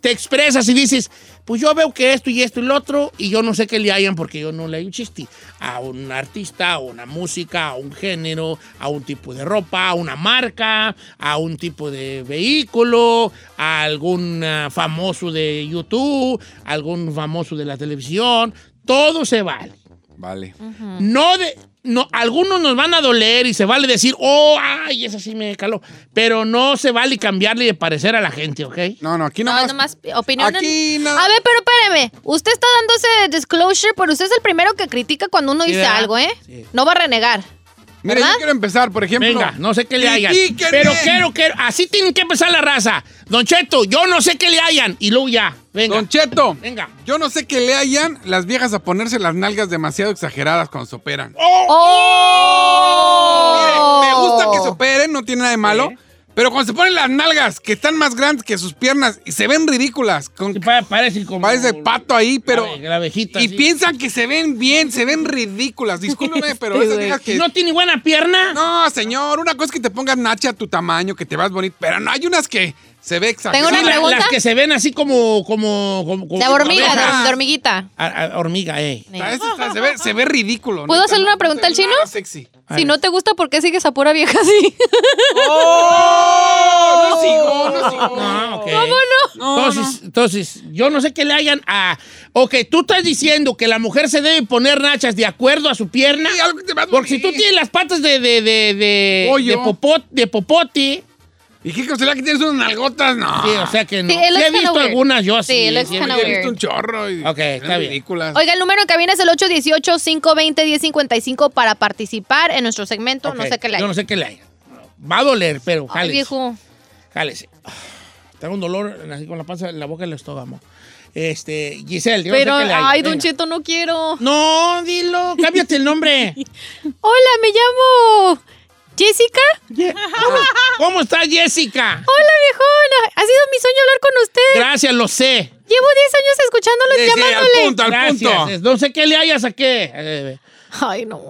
Speaker 1: te expresas y dices, pues yo veo que esto y esto y lo otro, y yo no sé qué le hayan porque yo no le un chiste a un artista, a una música, a un género, a un tipo de ropa, a una marca, a un tipo de vehículo, a algún ah, famoso de YouTube, a algún famoso de la televisión, todo se vale.
Speaker 3: Vale.
Speaker 1: No de. No, algunos nos van a doler y se vale decir, oh, ay, esa sí me caló. Pero no se vale cambiarle de parecer a la gente, ¿ok?
Speaker 3: No, no, aquí
Speaker 2: No,
Speaker 3: nomás.
Speaker 2: nomás opinión.
Speaker 3: Aquí
Speaker 2: en-
Speaker 3: nada-
Speaker 2: A ver, pero espéreme. Usted está dando ese disclosure, pero usted es el primero que critica cuando uno
Speaker 1: Sí,
Speaker 2: dice
Speaker 1: ¿verdad?
Speaker 2: algo, ¿eh?
Speaker 1: Sí.
Speaker 2: No va a renegar.
Speaker 3: Mira,
Speaker 2: ¿verdad?
Speaker 3: yo quiero empezar, por ejemplo.
Speaker 1: Venga, no sé qué le hayan.
Speaker 3: Critíquenme.
Speaker 1: Pero quiero, quiero. Así tienen que empezar la raza. Don Cheto, yo no sé qué le hayan. Y luego ya. Venga.
Speaker 3: Don Cheto,
Speaker 1: Venga.
Speaker 3: yo no sé qué le hayan las viejas a ponerse las nalgas demasiado exageradas cuando se operan.
Speaker 1: ¡Oh!
Speaker 2: ¡Oh!
Speaker 3: Mire, me gusta que se operen, no tiene nada de malo. Pero cuando se ponen las nalgas, que están más grandes que sus piernas y se ven ridículas, con
Speaker 1: Sí, pa- parece como.
Speaker 3: parece pato ahí, pero.
Speaker 1: La, ve- la abejita.
Speaker 3: y
Speaker 1: sí.
Speaker 3: piensan que se ven bien, se ven ridículas. Discúlpeme, pero esas viejas que.
Speaker 1: ¿No tiene buena pierna?
Speaker 3: No, señor, una cosa es que te pongas nacha a tu tamaño, que te vas bonito, pero no hay unas que se ve
Speaker 2: Tengo
Speaker 3: exageradas.
Speaker 2: una
Speaker 1: Sí, la-
Speaker 2: pregunta.
Speaker 1: Las que se ven así como. como, como, como-
Speaker 2: De hormiga,
Speaker 1: como
Speaker 2: de,
Speaker 1: abeja.
Speaker 2: de hormiguita.
Speaker 1: A- a- hormiga, eh.
Speaker 3: Está- esta está- se, ve, se ve ridículo.
Speaker 2: ¿Puedo
Speaker 3: neta,
Speaker 2: hacerle
Speaker 3: no-
Speaker 2: una
Speaker 3: no
Speaker 2: pregunta
Speaker 3: se
Speaker 2: al
Speaker 3: ve
Speaker 2: chino?
Speaker 3: nada sexy.
Speaker 2: Si no te gusta, ¿por qué sigues a pura vieja así?
Speaker 3: ¡Oh! No sigo, no sigo.
Speaker 1: No, ok. Entonces, entonces, yo no sé qué le hayan a. Ok, tú estás diciendo que la mujer se debe poner nachas de acuerdo a su pierna.
Speaker 3: Sí, algo que te va a
Speaker 1: Porque si tú
Speaker 3: doler.
Speaker 1: tienes las patas de. de. de. de,
Speaker 3: Pollo.
Speaker 1: de popot- de popote.
Speaker 3: Dije que será que tienes unas nalgotas, no.
Speaker 1: Sí, o sea que no.
Speaker 2: Sí, él
Speaker 1: Sí,
Speaker 2: es
Speaker 1: he visto
Speaker 2: kinda weird.
Speaker 1: algunas yo sí.
Speaker 2: Sí, él es
Speaker 1: sí he
Speaker 2: kinda
Speaker 1: visto-
Speaker 3: He visto
Speaker 2: weird.
Speaker 3: un chorro y
Speaker 1: Ok, está
Speaker 3: eran
Speaker 1: bien.
Speaker 3: ridículas.
Speaker 2: Oiga, el número en cabina es el 818-520-1055 para participar en nuestro segmento. No
Speaker 1: Ok,
Speaker 2: sé qué le
Speaker 1: Yo
Speaker 2: hayan.
Speaker 1: no sé qué le hayan. Va a doler, pero
Speaker 2: Ay,
Speaker 1: jálese.
Speaker 2: viejo.
Speaker 1: Jálese. Ah, Tengo un dolor así con la panza, en la boca y el estómago. Este, Giselle, yo
Speaker 2: Pero,
Speaker 1: no sé qué le hayan.
Speaker 2: ay, Don
Speaker 1: Venga.
Speaker 2: Cheto, no quiero.
Speaker 1: No, dilo, cámbiate el nombre.
Speaker 2: Hola, me llamo Jessica.
Speaker 1: Ye- ¿Cómo, cómo está Jessica?
Speaker 2: Hola, viejona. Ha sido mi sueño hablar con usted.
Speaker 1: Gracias, lo sé.
Speaker 2: Llevo 10 años escuchándolo y
Speaker 3: Sí, sí, al
Speaker 2: llamándole.
Speaker 3: punto, al punto.
Speaker 1: Gracias. No sé qué le hayas a qué. Eh,
Speaker 2: Ay, no.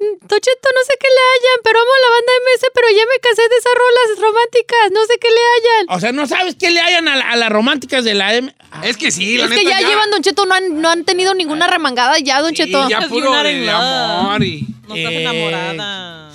Speaker 2: Mm, Tocheto, no sé qué le hayan, pero amo la banda MS, pero ya me cansé de esas rolas románticas. No sé qué le hayan.
Speaker 1: O sea, no sabes qué le hayan a, la- a las románticas de la M. Ah,
Speaker 3: Es que sí, la
Speaker 2: es
Speaker 3: neta.
Speaker 2: que ya, llevan, Don Cheto, no han, no han tenido ninguna remangada ya, Don
Speaker 3: Sí,
Speaker 2: Cheto.
Speaker 3: ya
Speaker 4: Because
Speaker 3: puro
Speaker 4: you're not
Speaker 3: de,
Speaker 4: in
Speaker 3: de
Speaker 4: love.
Speaker 3: amor y.
Speaker 4: No estás
Speaker 1: Eh,
Speaker 4: enamorada.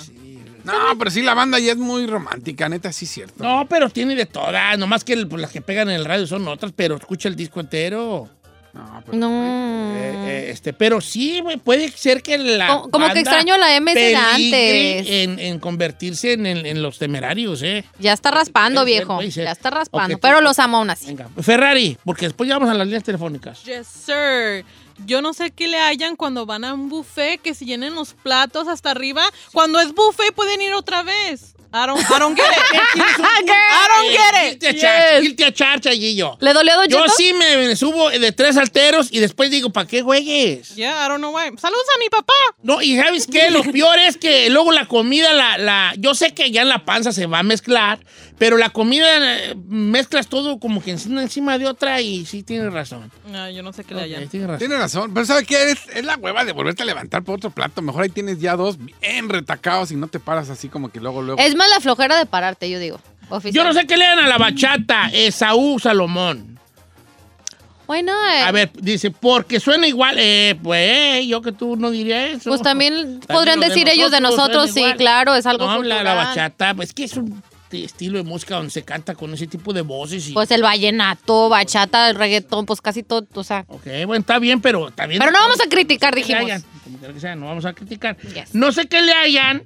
Speaker 3: No, pero sí, la banda ya es muy romántica, neta, sí, es cierto.
Speaker 1: No, pero tiene de todas. Nomás que el- pues, las que pegan en el radio son otras, pero escucha el disco entero.
Speaker 2: Ah.
Speaker 3: No, pero-
Speaker 2: No.
Speaker 1: Eh, eh, este, pero sí, güey, puede ser que la.
Speaker 2: Como- como que
Speaker 1: banda
Speaker 2: extraño la MS de
Speaker 1: peligre
Speaker 2: antes.
Speaker 1: En, en convertirse en, en- en los temerarios, ¿eh?
Speaker 2: Ya está raspando,
Speaker 1: Puede ser,
Speaker 2: viejo.
Speaker 1: puede ser.
Speaker 2: Ya está raspando.
Speaker 1: Ok, tú-
Speaker 2: pero los amo aún así.
Speaker 1: Venga, Ferrari, porque después ya vamos a las líneas telefónicas.
Speaker 4: Yes, sir. Yo no sé qué le hayan cuando van a un buffet, que se llenen los platos hasta arriba. Cuando es buffet pueden ir otra vez. I don't, I don't get it.
Speaker 2: Ah,
Speaker 4: I don't get it.
Speaker 1: Irte a charcha,
Speaker 2: Yes.
Speaker 1: irte a charcha, Gillo.
Speaker 2: ¿Le dolió, Don
Speaker 1: Yo
Speaker 2: Cheto?
Speaker 1: sí me subo de tres alteros y después digo, ¿para qué juegues?
Speaker 4: Yeah, I don't know why. Saludos a mi papá.
Speaker 1: No, y ¿sabes qué? Lo peor es que luego la comida, la, la, yo sé que ya en la panza se va a mezclar, pero la comida eh, mezclas todo como que encima, encima de otra y sí tienes razón.
Speaker 4: No, yo no sé qué le
Speaker 1: Ok,
Speaker 4: hayan.
Speaker 1: tienes razón.
Speaker 3: Tiene razón, pero ¿sabe qué? Es, es la hueva de volverte a levantar por otro plato. Mejor ahí tienes ya dos bien retacados y no te paras así como que luego, luego.
Speaker 2: Es más la flojera de pararte, yo digo. Oficial.
Speaker 1: Yo no sé qué le dan a la bachata, Esaú Salomón.
Speaker 2: Bueno, eh,
Speaker 1: A ver, dice, porque suena igual. Eh, pues, yo que tú no diría eso.
Speaker 2: Pues también podrían
Speaker 1: lo de
Speaker 2: decir ellos de
Speaker 1: suena
Speaker 2: nosotros, sí,
Speaker 1: igual.
Speaker 2: claro, es algo
Speaker 1: No, la, la
Speaker 2: cultural.
Speaker 1: bachata, pues es que es un estilo de música donde se canta con ese tipo de voces y...
Speaker 2: Pues el vallenato, bachata, el reggaetón, pues casi todo, o sea.
Speaker 1: Ok, bueno, está bien, pero también...
Speaker 2: Pero no vamos a criticar,
Speaker 1: que le
Speaker 2: dijimos.
Speaker 1: hayan. Como quiera que sea, no vamos a criticar.
Speaker 2: Yes.
Speaker 1: No sé qué le hayan.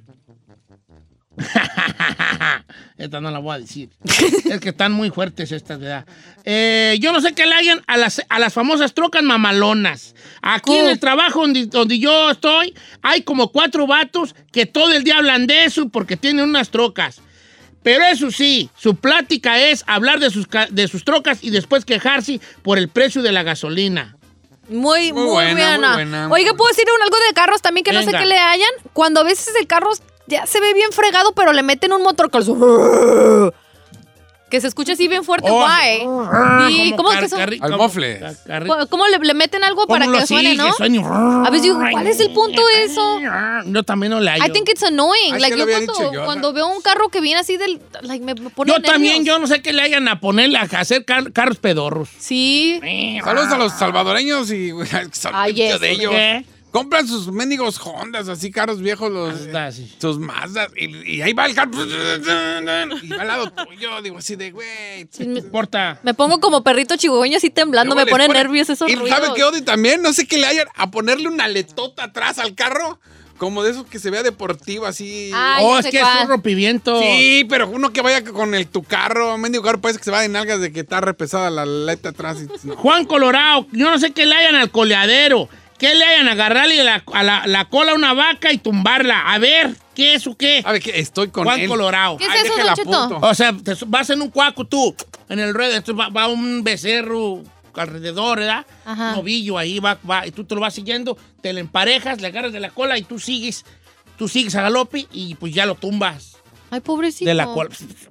Speaker 1: Esta no la voy a decir. es que están muy fuertes estas, ¿verdad? Eh, yo no sé qué le hayan a las, a las famosas trocas mamalonas. Aquí en el trabajo donde, donde yo estoy, hay como cuatro vatos que todo el día hablan de eso porque tienen unas trocas. Pero eso sí, su plática es hablar de sus, ca- de sus trocas y después quejarse por el precio de la gasolina.
Speaker 2: Muy, muy,
Speaker 1: Muy buena, muy
Speaker 2: buena.
Speaker 1: buena, muy
Speaker 2: Oiga, ¿puedo decir un- algo de carros también que no sé
Speaker 1: Venga.
Speaker 2: qué le hayan? Cuando a veces el carro ya se ve bien fregado, pero le meten un motor que se escucha así bien fuerte.
Speaker 1: Oh, ah,
Speaker 2: guay. ¿Y cómo, es que son-
Speaker 3: Al mofle.
Speaker 2: ¿Cómo- cómo le, le meten algo para
Speaker 1: Póngalo
Speaker 2: que
Speaker 1: así,
Speaker 2: suene, no?
Speaker 1: que suene.
Speaker 2: A veces digo, ¿cuál es el punto de eso?
Speaker 1: Yo también no le hallo.
Speaker 2: I think it's annoying.
Speaker 1: Ay, ya lo
Speaker 2: Like, yo
Speaker 1: había
Speaker 2: cuando,
Speaker 1: dicho yo,
Speaker 2: cuando veo un carro que viene así del. Like, me pone
Speaker 1: Yo
Speaker 2: nervios.
Speaker 1: también, yo no sé qué le hayan a ponerle a hacer car- carros pedorros.
Speaker 2: Sí.
Speaker 3: Saludos a los salvadoreños y
Speaker 2: Ay,
Speaker 3: saludos
Speaker 2: eso,
Speaker 3: de ellos.
Speaker 1: ¿qué?
Speaker 3: Compran sus mendigos Hondas, así caros viejos, los, sus Mazdas, y, y ahí va el carro. Y va al lado tuyo, digo así de, güey.
Speaker 2: me-
Speaker 1: importa.
Speaker 2: Me pongo como perrito chihuahua así temblando, me
Speaker 3: Luego les
Speaker 2: pone nervios esos
Speaker 3: Y
Speaker 2: ruidos.
Speaker 3: ¿sabe qué odio también? No sé qué le hayan a ponerle una letota atrás al carro, como de esos que se vea deportivo, así.
Speaker 1: Ay, Oh, ya es sé que es cuál. un rompiviento.
Speaker 3: Sí, pero uno que vaya con el tu carro, mendigo carro, parece que se va de nalgas de que está repesada la leta atrás. y- no.
Speaker 1: Juan Colorado, yo no sé qué le hayan al coleadero, qué le hayan agarrarle la, a la, la cola a una vaca y tumbarla. A ver, ¿qué es o qué? A
Speaker 3: ver, que estoy con
Speaker 1: Juan
Speaker 3: él.
Speaker 1: Colorado.
Speaker 3: ¿Qué es Ay, eso, déjala Don Cheto? apunto.
Speaker 1: O sea, te su- vas en un cuaco tú, en el ruedo, entonces va, va un becerro alrededor, ¿verdad?
Speaker 2: Ajá.
Speaker 1: Un ovillo ahí va, va, y tú te lo vas siguiendo, te le emparejas, le agarras de la cola y tú sigues, tú sigues a galope y pues ya lo tumbas
Speaker 2: Ay, pobrecito.
Speaker 1: de la cola.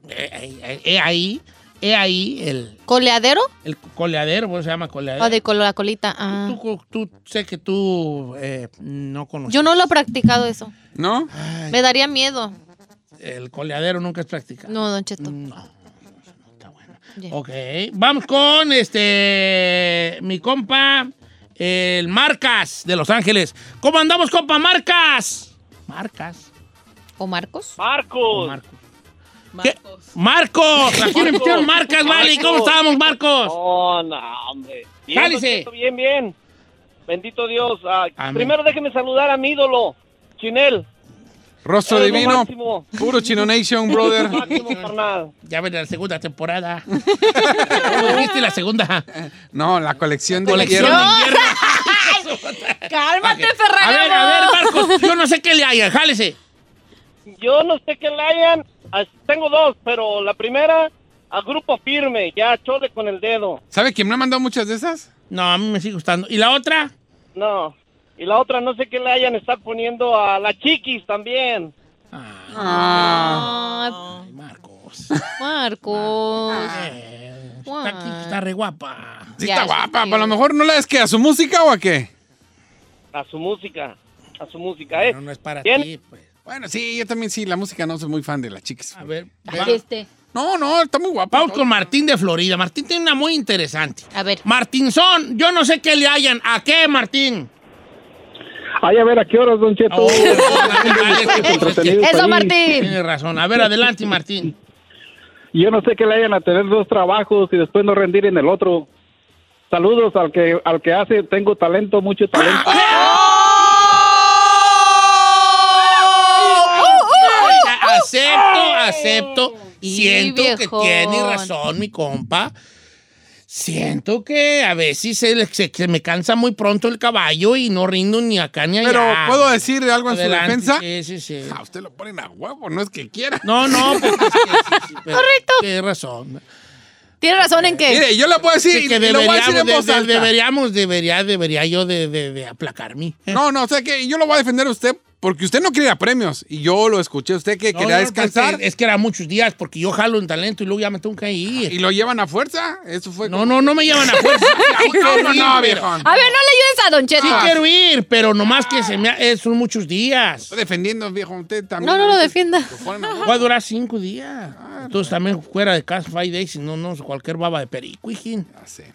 Speaker 1: Eh, eh, eh, ahí, he ahí el...
Speaker 2: ¿Coleadero?
Speaker 1: El coleadero, ¿cómo se llama coleadero?
Speaker 2: Ah, de colo- la colita. Ah.
Speaker 1: Tú, tú- sé que tú eh, no conoces.
Speaker 2: Yo no lo he practicado eso.
Speaker 3: ¿No?
Speaker 2: Me daría miedo.
Speaker 1: El coleadero nunca es práctica.
Speaker 2: No, Don Cheto.
Speaker 1: Mm. Ok. Vamos con este. Mi compa, el Marcas de Los Ángeles. ¿Cómo andamos, compa Marcas? Marcas.
Speaker 2: ¿O Marcos?
Speaker 1: Marcos. Marcos. ¿Qué? Marcos. Aquí me metieron Marcas, vale. ¿Cómo estábamos, Marcos?
Speaker 11: No, no, hombre. Bien,
Speaker 1: Cálice.
Speaker 11: Don Cheto, Bien, bien. Bendito Dios. Ah,
Speaker 1: Amén.
Speaker 11: primero déjeme saludar a mi ídolo, Chinel.
Speaker 3: Rostro
Speaker 11: Eres lo
Speaker 3: divino,
Speaker 11: máximo.
Speaker 3: puro Chino Nation, brother.
Speaker 11: Máximo, carnal.
Speaker 1: Ya ven la segunda temporada. ¿Cómo dijiste la segunda?
Speaker 3: No, la colección de
Speaker 1: Colección
Speaker 3: hierro.
Speaker 1: de hierro. Ah,
Speaker 2: Cálmate,
Speaker 1: A ver, a ver, Marcos. Yo no sé qué le haya. Jálese.
Speaker 11: Yo no sé qué le hayan. Ah, Tengo dos, pero la primera, a grupo firme, ya chole con el dedo.
Speaker 3: ¿Sabe quién me ha mandado muchas de esas?
Speaker 1: No, a mí me sigue gustando. ¿Y la otra?
Speaker 11: No. Y la otra, no sé qué le hayan estar poniendo a la chiquis también.
Speaker 1: Ah.
Speaker 2: Ay, Marcos. Marcos.
Speaker 1: Eh, Está re guapa.
Speaker 3: Sí,
Speaker 11: Ya,
Speaker 3: está
Speaker 11: sí,
Speaker 3: guapa,
Speaker 11: sí.
Speaker 3: pero a lo mejor no la es que a su música o a qué.
Speaker 11: A su música. A su música, ¿eh?
Speaker 1: No, no es para ti, pues.
Speaker 3: Bueno, sí, yo también sí, la música no soy muy fan de las chicas. A
Speaker 1: ver,
Speaker 2: Este.
Speaker 3: No, no, está muy guapa.
Speaker 1: Vamos con Martín de Florida. Martín tiene una muy interesante.
Speaker 2: A ver.
Speaker 1: Martinzón, yo no sé qué le hayan. ¿A qué, Martín?
Speaker 12: Ay, a ver, ¿a qué horas, Don Cheto? Entretenido país.
Speaker 1: Tiene razón. A ver, adelante, Martín.
Speaker 12: Yo no sé que le hayan a tener dos trabajos y después no rendir en el otro. Saludos al que al que hace, tengo talento, mucho talento.
Speaker 2: ¡Oh!
Speaker 1: A- Acepto, acepto. Siento
Speaker 2: viejón.
Speaker 1: que tiene razón, mi compa. Siento que a veces se, le- se- se me cansa muy pronto el caballo y no rindo ni acá ni allá.
Speaker 3: Pero, ¿puedo decir algo en su
Speaker 1: Ah, Adelante,
Speaker 3: defensa?
Speaker 1: Sí, sí, sí.
Speaker 3: A usted lo ponen a huevo, no es que quiera.
Speaker 1: No, no, pues, es que sí, sí, pero
Speaker 2: Correcto.
Speaker 1: Tiene razón.
Speaker 2: ¿Tiene razón en qué?
Speaker 3: Mire, yo le puedo decir,
Speaker 1: Sí, que
Speaker 3: y lo voy a decir
Speaker 1: deberíamos,
Speaker 3: en
Speaker 1: de-
Speaker 3: voz
Speaker 1: de-
Speaker 3: alta.
Speaker 1: deberíamos, debería, debería yo de, de- de aplacarme.
Speaker 3: No, no, o sea que yo lo voy a defender a usted porque usted no quería premios y yo lo escuché. Usted que
Speaker 1: No,
Speaker 3: quería
Speaker 1: no,
Speaker 3: descansar
Speaker 1: porque es que era muchos días porque yo jalo en talento y luego ya me tengo que ir.
Speaker 3: Ah, y lo llevan a fuerza. Eso fue.
Speaker 1: No, no, no me llevan a fuerza. Sí
Speaker 3: No,
Speaker 1: quiero
Speaker 3: no,
Speaker 1: ir,
Speaker 3: no,
Speaker 1: pero-
Speaker 3: viejón.
Speaker 2: A ver, no le ayudes a Don Cheto.
Speaker 1: Sí quiero ir, pero nomás que se me ha- eh, son muchos días.
Speaker 3: Estoy defendiendo, viejo. Usted también.
Speaker 2: No, no lo defienda.
Speaker 1: Va a durar cinco días.
Speaker 3: Ah,
Speaker 1: Entonces también fuera de casa, five days, si no, no, cualquier baba de perico, hijín.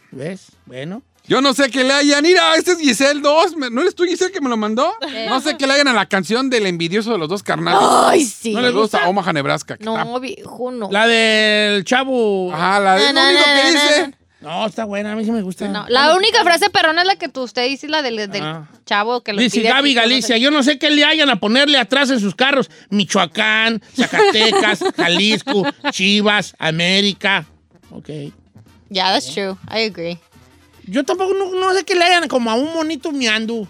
Speaker 1: ¿Ves? Bueno.
Speaker 3: Yo no sé qué le hayan. Mira, este es Giselle 2. ¿No eres tú, Giselle, que me lo mandó? No sé qué le hayan a la canción del envidioso de los dos carnales.
Speaker 2: Eh, Ay, sí.
Speaker 3: No le gusta Omaha, Nebraska.
Speaker 2: No, viejo, no.
Speaker 1: La del chavo.
Speaker 3: Ajá, la de.
Speaker 2: Na,
Speaker 3: lo
Speaker 2: na,
Speaker 3: único
Speaker 2: na,
Speaker 3: que
Speaker 2: na,
Speaker 3: dice.
Speaker 1: No, está buena, a mí sí me gusta.
Speaker 2: No, la única frase perrona es la que tú, usted dice, la del, del
Speaker 1: Ah.
Speaker 2: chavo que lo
Speaker 1: Dice
Speaker 2: pide
Speaker 1: Gaby
Speaker 2: aquí,
Speaker 1: Galicia, yo no sé qué le hayan a ponerle atrás en sus carros. Michoacán, Zacatecas, Jalisco, Chivas, América. Ok.
Speaker 2: Yeah, that's true. I agree.
Speaker 1: Yo tampoco no, no sé qué le hayan como a un monito miando.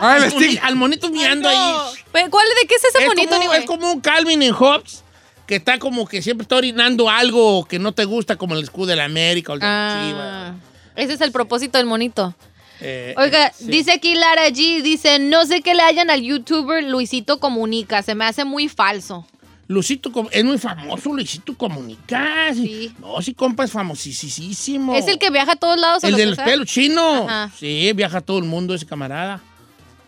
Speaker 3: Ah,
Speaker 1: al, moni- al monito miando ahí.
Speaker 2: Pues, ¿Cuál, ¿De qué es ese monito,
Speaker 1: Como,
Speaker 2: anyway?
Speaker 1: es como un Calvin en Hobbes que está como que siempre está orinando algo que no te gusta, como el escudo de la América o el de la Chivas.
Speaker 2: Ah, ese es el propósito del monito.
Speaker 1: Eh,
Speaker 2: Oiga,
Speaker 1: eh, sí.
Speaker 2: dice aquí Lara G, dice, no sé qué le hayan al youtuber Luisito Comunica, se me hace muy falso.
Speaker 1: Luisito, Com- es muy famoso, Luisito Comunica. Sí. No, sí, compa, es famosísimo.
Speaker 2: Es el que viaja a todos lados. a
Speaker 1: El
Speaker 2: lo
Speaker 1: de
Speaker 2: que
Speaker 1: los
Speaker 2: sea.
Speaker 1: pelos chinos.
Speaker 2: Ajá.
Speaker 1: Sí, viaja a todo el mundo ese camarada.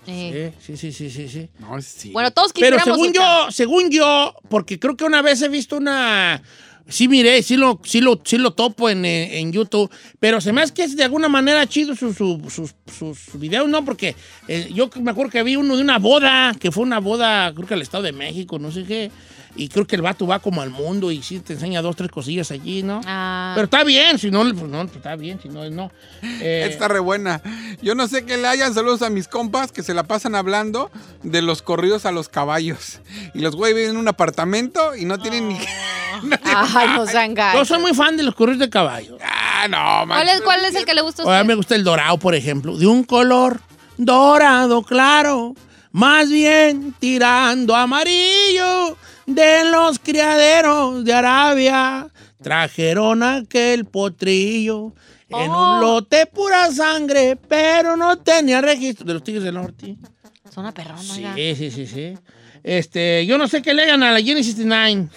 Speaker 2: Eh.
Speaker 1: Sí, sí, sí, sí, sí.
Speaker 3: No, sí.
Speaker 2: Bueno, todos
Speaker 1: Pero
Speaker 2: quisiéramos...
Speaker 1: según
Speaker 2: un
Speaker 1: yo, según yo, porque creo que una vez he visto una... Sí miré, sí lo, sí lo, sí lo topo en, eh, en YouTube, pero se me hace que es de alguna manera chido su- su- sus, sus videos, ¿no? Porque eh, yo me acuerdo que vi uno de una boda, que fue una boda, creo que al Estado de México, no sé qué, y creo que el vato va como al mundo y sí te enseña dos, tres cosillas allí, ¿no?
Speaker 2: Ah.
Speaker 1: Pero está bien, si no, pues no, pues está bien, si no, no. Eh,
Speaker 3: Está re buena. Yo no sé qué le hayan. Saludos a mis compas que se la pasan hablando de los corridos a los caballos. Y los güey viven en un apartamento y no tienen ni.
Speaker 2: Ay, no sean
Speaker 1: Yo
Speaker 2: gachos.
Speaker 1: soy muy fan de los correos de caballo.
Speaker 3: Ah, no, man.
Speaker 2: ¿Cuál es, ¿Cuál es el que le gusta a
Speaker 1: A
Speaker 2: usted?
Speaker 1: mí me gusta el dorado, por ejemplo, de un color dorado claro, más bien tirando a amarillo de los criaderos de Arabia. Trajeron aquel potrillo en
Speaker 3: Oh.
Speaker 1: un lote pura sangre, pero no tenía registro de los Tigres del Norte.
Speaker 3: Oh
Speaker 2: Son una perrona, oiga.
Speaker 1: Sí, sí, sí, sí. Este, yo no sé qué le hagan a la Genesis 69.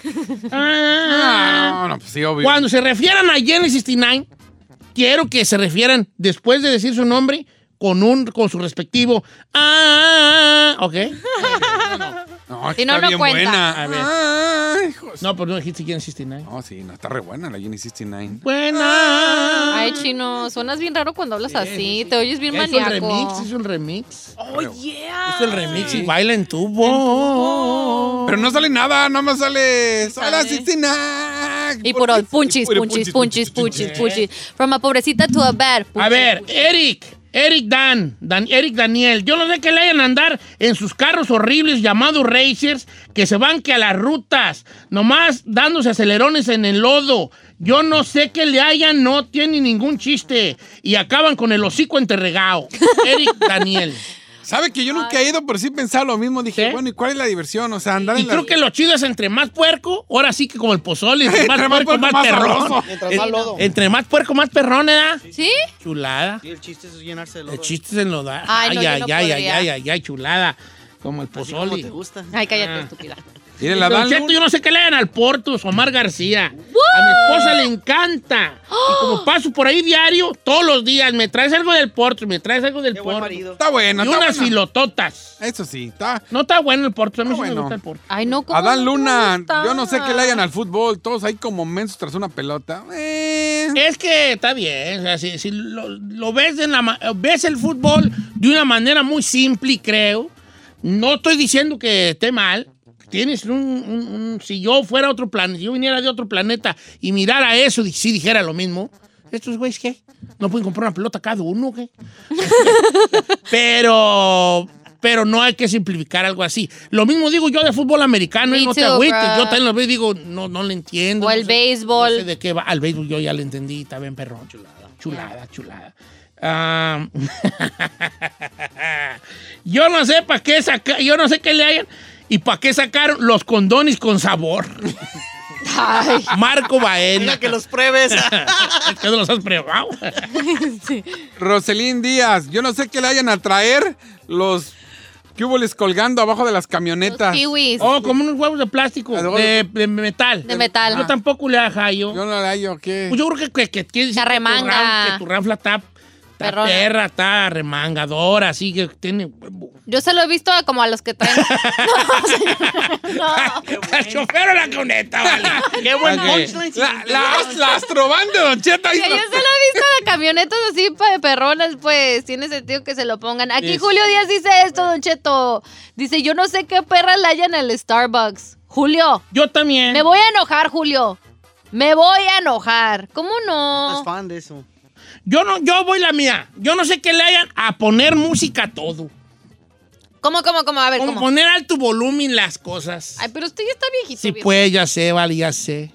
Speaker 1: Ah.
Speaker 3: No, no, pues sí, obvio.
Speaker 1: Cuando se refieran a Jenny 69, quiero que se refieran, después de decir su nombre, con un con su respectivo. Ah, ok.
Speaker 3: No,
Speaker 1: Si
Speaker 3: está
Speaker 1: no, no
Speaker 3: bien
Speaker 1: cuenta.
Speaker 3: buena.
Speaker 1: A ver.
Speaker 3: Ay,
Speaker 1: No, pero no dijiste Jenny 69.
Speaker 3: No, sí, no, está re buena la Jenny 69.
Speaker 1: Buena.
Speaker 2: Ay, chino, suenas bien raro cuando hablas así, te oyes bien
Speaker 1: Es un remix,
Speaker 2: maníaco.
Speaker 1: es un remix.
Speaker 2: Oh, yeah.
Speaker 1: Es el remix y baila en oh, tubo.
Speaker 3: Pero no sale nada, nada más sale. ¡Soy la 69!
Speaker 2: Y puro punchis,
Speaker 3: puro
Speaker 2: punchis,
Speaker 3: punchis,
Speaker 2: punchis, punchis, punchis. From a pobrecita to a bad.
Speaker 1: A ver, Eric, Eric Dan, Dan- Eric Daniel, yo no sé que le hayan a andar en sus carros horribles llamados racers que se van que a las rutas, nomás dándose acelerones en el lodo. Yo no sé que le hayan, no tiene ningún chiste y acaban con el hocico enterregado. Eric Daniel.
Speaker 3: ¿Sabe que yo nunca he ido, pero sí pensaba lo mismo? Dije, bueno, ¿y cuál es la diversión? O sea, andar
Speaker 1: Y
Speaker 3: en la.
Speaker 1: creo que lo chido es entre más puerco, ahora sí que como el pozole, entre más
Speaker 3: Entre más
Speaker 1: puerco, más,
Speaker 3: puerco, más
Speaker 1: perrón.
Speaker 3: sabroso.
Speaker 10: Mientras más
Speaker 1: Eh,
Speaker 10: lodo.
Speaker 1: Entre más puerco, más perrón, ¿verdad?
Speaker 2: ¿Sí?
Speaker 1: Chulada.
Speaker 10: el chiste es llenarse de ¿eh?
Speaker 1: El chiste es enlodar.
Speaker 2: Ay,
Speaker 1: Ay,
Speaker 2: no,
Speaker 1: ay,
Speaker 2: yo
Speaker 1: ay,
Speaker 2: no
Speaker 1: ay, ay,
Speaker 2: podría.
Speaker 1: ay, ay, chulada. Como el pozole.
Speaker 10: gusta.
Speaker 2: Ay, cállate, estúpida.
Speaker 3: Mire, la
Speaker 1: Don
Speaker 3: dan.
Speaker 1: Cheto, yo no sé qué le dan al Portus, Omar García. A mi esposa le encanta. Y como paso por ahí diario, todos los días, me traes algo del Portus, me traes algo del Portus.
Speaker 3: Está bueno,
Speaker 1: Y
Speaker 3: está
Speaker 1: unas
Speaker 3: bueno.
Speaker 1: filototas.
Speaker 3: Eso sí, está.
Speaker 1: No está bueno el Portus, a mí
Speaker 3: Está
Speaker 1: sí me
Speaker 3: bueno.
Speaker 1: gusta el Portus.
Speaker 2: Ay, no, ¿cómo
Speaker 3: Adán
Speaker 2: no te
Speaker 3: Luna,
Speaker 2: gusta?
Speaker 3: yo no sé qué le hayan al fútbol, todos ahí como mensos tras una pelota. Eh,
Speaker 1: Es que está bien, o sea, si, si lo, lo ves, en la, ma- ves el fútbol de una manera muy simple, creo. No estoy diciendo que esté mal. Tienes un, un- un- si yo fuera otro planeta, yo viniera de otro planeta y mirara eso, y si dijera lo mismo, estos güeyes qué, no pueden comprar una pelota cada uno, ¿qué? pero, pero no hay que simplificar algo así. Lo mismo digo yo de fútbol americano y
Speaker 2: Me
Speaker 1: no te
Speaker 2: too,
Speaker 1: agüites.
Speaker 2: bruh.
Speaker 1: Yo también lo veo y digo, no, no le entiendo.
Speaker 2: O el
Speaker 1: no sé-
Speaker 2: béisbol.
Speaker 1: no sé de qué va. Al béisbol yo ya lo entendí, está bien perrón. Chulada. Chulada, chulada. Ah, yo no sé para qué saca, yo no sé qué le hayan y para qué sacaron los condones con sabor.
Speaker 2: Ay,
Speaker 1: Marco Baena.
Speaker 10: que los pruebes.
Speaker 1: Es que no los has probado.
Speaker 3: Roselín Díaz, yo no sé qué le hayan a traer los cuboles colgando abajo de las camionetas.
Speaker 2: kiwis.
Speaker 1: Oh, como unos huevos de plástico,
Speaker 3: Ah, de
Speaker 1: de, de metal.
Speaker 2: De metal.
Speaker 1: Yo tampoco le hallo.
Speaker 3: Yo no le hallo, ¿qué?
Speaker 1: Pues yo creo que, que, que, que,
Speaker 2: Se arremanga.
Speaker 1: Que tu ranfla está, está
Speaker 2: Perrona.
Speaker 1: perra, está remangadora, así que tiene huevo.
Speaker 2: Yo se lo he visto a- como a los que traen. No, señor. No.
Speaker 1: Al chofer o la cuneta, vale.
Speaker 10: Qué buen
Speaker 3: Ok.
Speaker 10: punchline.
Speaker 3: La, la, la astrobanda, Don Cheto. ahí
Speaker 2: Que yo se lo he
Speaker 3: está.
Speaker 2: visto de camionetas así pa- de perronas, pues tiene sentido que se lo pongan. Aquí
Speaker 1: Sí.
Speaker 2: Julio Díaz dice esto, Don Cheto. Dice, yo no sé qué perra le hayan al Starbucks. Julio,
Speaker 1: Yo también.
Speaker 2: me voy a enojar, Julio. Me voy a enojar. ¿Cómo no?
Speaker 10: fan de eso.
Speaker 1: Yo no, yo voy la mía. Yo no sé qué le hayan a poner música a todo.
Speaker 2: ¿Cómo, cómo, cómo? A ver,
Speaker 1: Como
Speaker 2: ¿cómo?
Speaker 1: poner alto volumen las cosas.
Speaker 2: Ay, pero usted ya está viejito.
Speaker 1: Sí,
Speaker 2: viejo.
Speaker 1: pues, ya sé, vale, ya sé.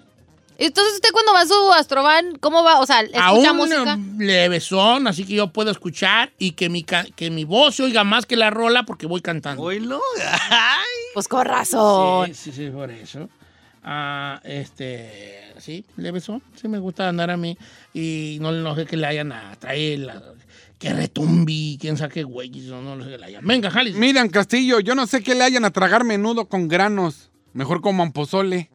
Speaker 2: Entonces, ¿usted cuando va a su Astrovan, cómo va? O sea, ¿escucha
Speaker 1: A un
Speaker 2: música?
Speaker 1: um, levesón, así que yo puedo escuchar y que mi, ca- que mi voz se oiga más que la rola porque voy cantando.
Speaker 10: ¿Oílo?
Speaker 2: Pues con razón.
Speaker 1: Sí, sí, sí, por eso. Ah, este, sí, levesón, sí me gusta andar a mí y no, no sé que le hayan a traer, la- que retumbi, quién sabe qué güey, no, no sé qué le hayan. Venga, Jalis.
Speaker 3: Miran, Castillo, yo no sé qué le hayan a tragar menudo con granos. Mejor como pozole.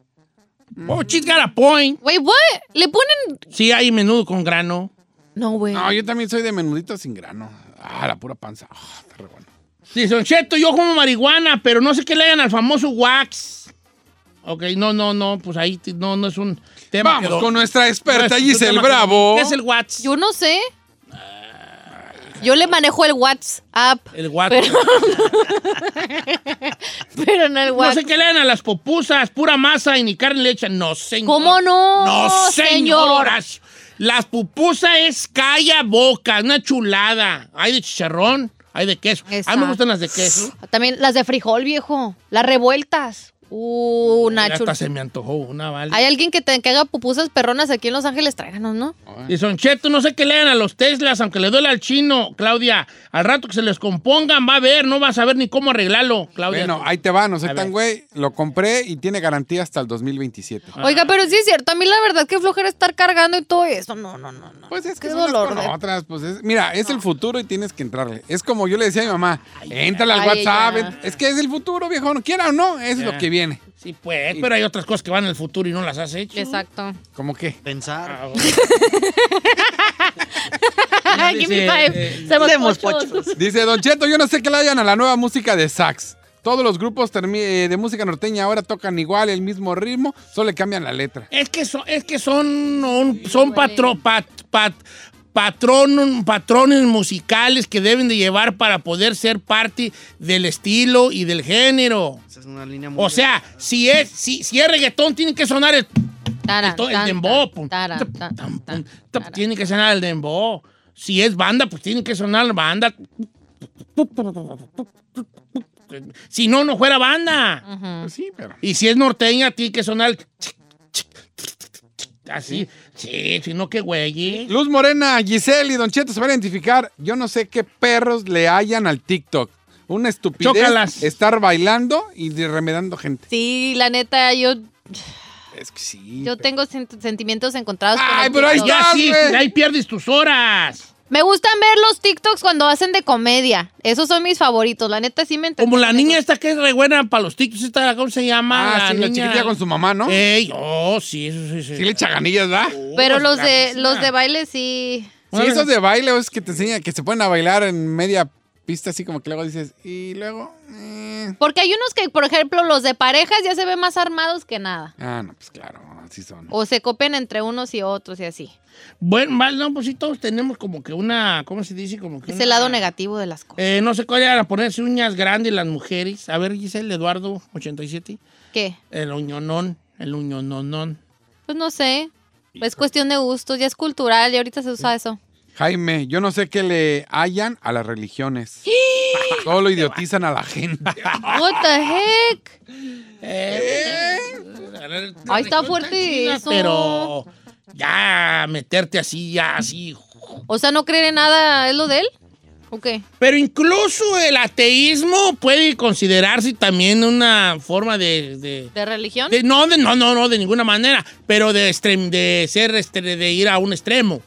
Speaker 1: Oh, she's got a point.
Speaker 2: Güey, what? ¿Le ponen...?
Speaker 1: Sí, hay menudo con grano.
Speaker 2: No, güey.
Speaker 3: No, yo también soy de menudito sin grano. Ah, la pura panza. Ah, está re bueno.
Speaker 1: Dice, Don Cheto, yo como marihuana, pero no sé qué le hayan al famoso wax. Ok, no, no, no, pues ahí t- no, no es un tema.
Speaker 3: Vamos
Speaker 1: que do-
Speaker 3: con nuestra experta,
Speaker 1: no es un
Speaker 3: Giselle
Speaker 1: tema que-
Speaker 3: Bravo.
Speaker 1: ¿Qué es el wax?
Speaker 2: Yo no sé. Yo le manejo el WhatsApp,
Speaker 1: El wax.
Speaker 2: Pero- pero no el
Speaker 1: No
Speaker 2: WhatsApp.
Speaker 1: sé qué le hayan a las popusas, pura masa y ni carne le echan. No, señor.
Speaker 2: ¿Cómo no,
Speaker 1: No, señor.
Speaker 2: señor?
Speaker 1: Horacio. Las pupusas es calla boca, una chulada. Hay de chicharrón, hay de queso. A mí me
Speaker 2: Exacto.
Speaker 1: gustan las de queso.
Speaker 2: También las de frijol, viejo. Las revueltas. Uh,
Speaker 1: Ya
Speaker 2: Nacho.
Speaker 1: Hasta se me antojó una, ¿vale?
Speaker 2: Hay alguien que, te, que haga pupusas perronas aquí en Los Ángeles, tráiganos, ¿no?
Speaker 10: Pues.
Speaker 1: Y son cheto, no sé qué lean a los Teslas, aunque le duele al chino, Claudia. Al rato que se les compongan, va a ver, no vas a ver ni cómo arreglarlo, Claudia.
Speaker 3: Bueno, ahí te va, no sé
Speaker 1: A
Speaker 3: tan
Speaker 1: ver.
Speaker 3: güey. Lo compré y tiene garantía hasta el
Speaker 1: Ah.
Speaker 3: 2027.
Speaker 2: Oiga, pero sí es cierto, a mí la verdad que flojera estar cargando y todo eso. No, no, no, no.
Speaker 3: Pues es que
Speaker 2: Qué
Speaker 3: son unas
Speaker 2: dolor
Speaker 3: con
Speaker 2: de-
Speaker 3: otras, pues es- mira, es el futuro y tienes que entrarle. Es como yo le decía a mi mamá, entra al
Speaker 2: ay,
Speaker 3: WhatsApp,
Speaker 2: ella.
Speaker 3: ent- es que es el futuro, viejo, no quiera o no, eso es
Speaker 1: Ya.
Speaker 3: lo que viene.
Speaker 1: Sí, pues, pero hay otras cosas que van en el futuro y no las has hecho.
Speaker 2: Exacto.
Speaker 3: ¿Cómo qué?
Speaker 10: Pensar.
Speaker 1: Ah,
Speaker 2: Give me five.
Speaker 1: eh,
Speaker 2: Somos pochos.
Speaker 3: Dice Don Cheto, yo no sé qué le hayan a la nueva música de sax. Todos los grupos termi- eh, de música norteña ahora tocan igual, el mismo ritmo, solo le cambian la letra.
Speaker 1: Es que son, es que son, un- son patro- pat- pat- patronum- patrones musicales que deben de llevar para poder ser parte del estilo y del género.
Speaker 10: Esa es una línea muy
Speaker 1: O sea, si es, si, si es reggaetón, tiene que sonar el,
Speaker 2: Taran,
Speaker 1: to- el
Speaker 2: tan,
Speaker 1: dembow.
Speaker 2: tan,
Speaker 1: pum,
Speaker 2: taran,
Speaker 1: tup,
Speaker 2: tan,
Speaker 1: tam, pum,
Speaker 2: tan,
Speaker 1: tup, tiene que sonar el dembow. Si es banda, pues tiene que sonar banda. Si no, no fuera banda.
Speaker 2: Ujú.
Speaker 3: Pues sí, pero...
Speaker 1: Y si es norteña, tiene que sonar. el chic, chic, chic, chic, Así. Sí, si no, qué güey.
Speaker 3: Luz Morena, Giselle y Don Cheto se van a identificar. Yo no sé qué perros le hayan al TikTok. Una estupidez
Speaker 1: Chócalas.
Speaker 3: estar bailando y de- remedando gente.
Speaker 2: Sí, la neta, yo,
Speaker 3: Es que sí.
Speaker 2: yo
Speaker 3: pero-
Speaker 2: tengo sen- sentimientos encontrados con
Speaker 3: Ay,
Speaker 2: el
Speaker 3: pero ahí
Speaker 2: TikTok.
Speaker 1: Ya
Speaker 3: estás,
Speaker 1: sí,
Speaker 3: güey.
Speaker 1: ahí pierdes tus horas.
Speaker 2: Me gustan ver los TikToks cuando hacen de comedia. Esos son mis favoritos. La neta, sí me
Speaker 1: Como la
Speaker 2: entretienen.
Speaker 1: niña esta que es re buena para los tics, esta, ¿cómo se llama?
Speaker 3: Ah, sí, la chiquilla con su mamá, ¿no?
Speaker 1: Ey, oh, sí, eso sí. Sí,
Speaker 3: Sí le echa ganillas, ¿verdad?
Speaker 1: Oh,
Speaker 2: Pero los de,
Speaker 1: bravísima.
Speaker 2: los de baile sí.
Speaker 3: Sí, esos de baile es que te enseñan que se ponen a bailar en media pista, así como que luego dices, y luego... eh.
Speaker 2: Porque hay unos que, por ejemplo, los de parejas ya se ven más armados que nada.
Speaker 3: Ah, no, pues claro, así son.
Speaker 2: O se copian entre unos y otros y así.
Speaker 1: Bueno, mal, no, pues sí, todos tenemos como que una. ¿Cómo se dice? Como que
Speaker 2: Es
Speaker 1: una-
Speaker 2: el lado negativo de las cosas.
Speaker 1: Ah. Eh, no sé cuál era ponerse uñas grandes las mujeres. A ver, Giselle, Eduardo, 87.
Speaker 2: ¿Qué?
Speaker 1: El uñonón, el uñononón.
Speaker 2: Pues no sé. Es cuestión de gustos, ya es cultural y ahorita se usa eso.
Speaker 3: Jaime, yo no sé qué le hayan a las religiones. Todo lo idiotizan a la gente.
Speaker 2: What the heck?
Speaker 1: Eh,
Speaker 2: Ahí está fuerte eso.
Speaker 1: Pero ya meterte así, ya así.
Speaker 2: O sea, no creer en nada es lo de él. ¿O qué?
Speaker 1: Pero incluso el ateísmo puede considerarse también una forma de... de-
Speaker 2: ¿De religión?
Speaker 1: de- no, de- no, no, no, de ninguna manera, pero de, extrem- de ser, este, de ir a un extremo.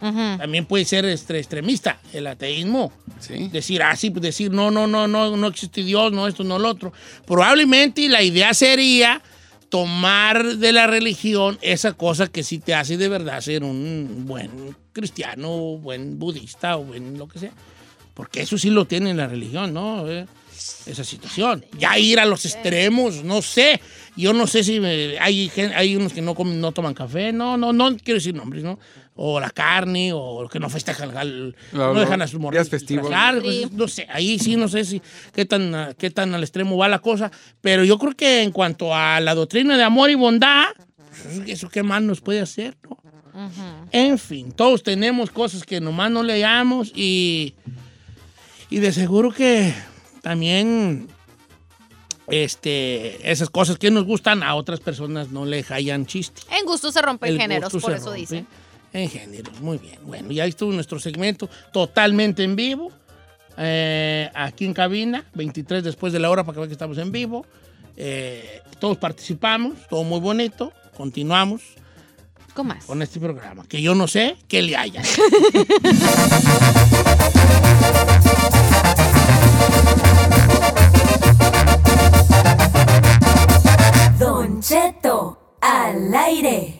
Speaker 2: Ujú.
Speaker 1: También puede ser este, extremista, el ateísmo.
Speaker 3: Sí.
Speaker 1: decir así, pues, decir no, no, no, no, no existe Dios, no esto, no lo otro. Probablemente la idea sería tomar de la religión esa cosa que sí te hace de verdad ser un buen cristiano, o buen budista o buen lo que sea. Porque eso sí lo tiene la religión, ¿no? Eh, Esa situación. Ya ir a los extremos, no sé. Yo no sé si me- hay, gen- hay unos que no, comen- no toman café, no, no, no quiero decir nombres, ¿no? O la carne, o que no festejan, al-
Speaker 3: Lo-
Speaker 1: no
Speaker 3: lo-
Speaker 1: dejan a sus morritos
Speaker 3: días festivos.
Speaker 1: disfrazar. Ah, pues,
Speaker 2: Sí.
Speaker 1: no sé, ahí sí no sé si qué tan, ah, qué tan al extremo va la cosa, pero yo creo que en cuanto a la doctrina de amor y bondad, pues, ¿Eso qué más nos puede hacer? no? En fin, todos tenemos cosas que nomás no le damos y, y de seguro que también este, esas cosas que nos gustan a otras personas no le hallan chiste.
Speaker 2: En gusto se rompen
Speaker 1: El
Speaker 2: géneros,
Speaker 1: gusto
Speaker 2: por
Speaker 1: se
Speaker 2: eso
Speaker 1: rompe
Speaker 2: dicen.
Speaker 1: En géneros, muy bien. Bueno, ya estuvo nuestro segmento totalmente en vivo. eh, aquí en cabina, 23 después de la hora para que vean que estamos en vivo. Eh, todos participamos, todo muy bonito. Continuamos
Speaker 2: con más.
Speaker 1: Con este programa, que yo no sé qué le haya.
Speaker 5: Don Cheto al aire.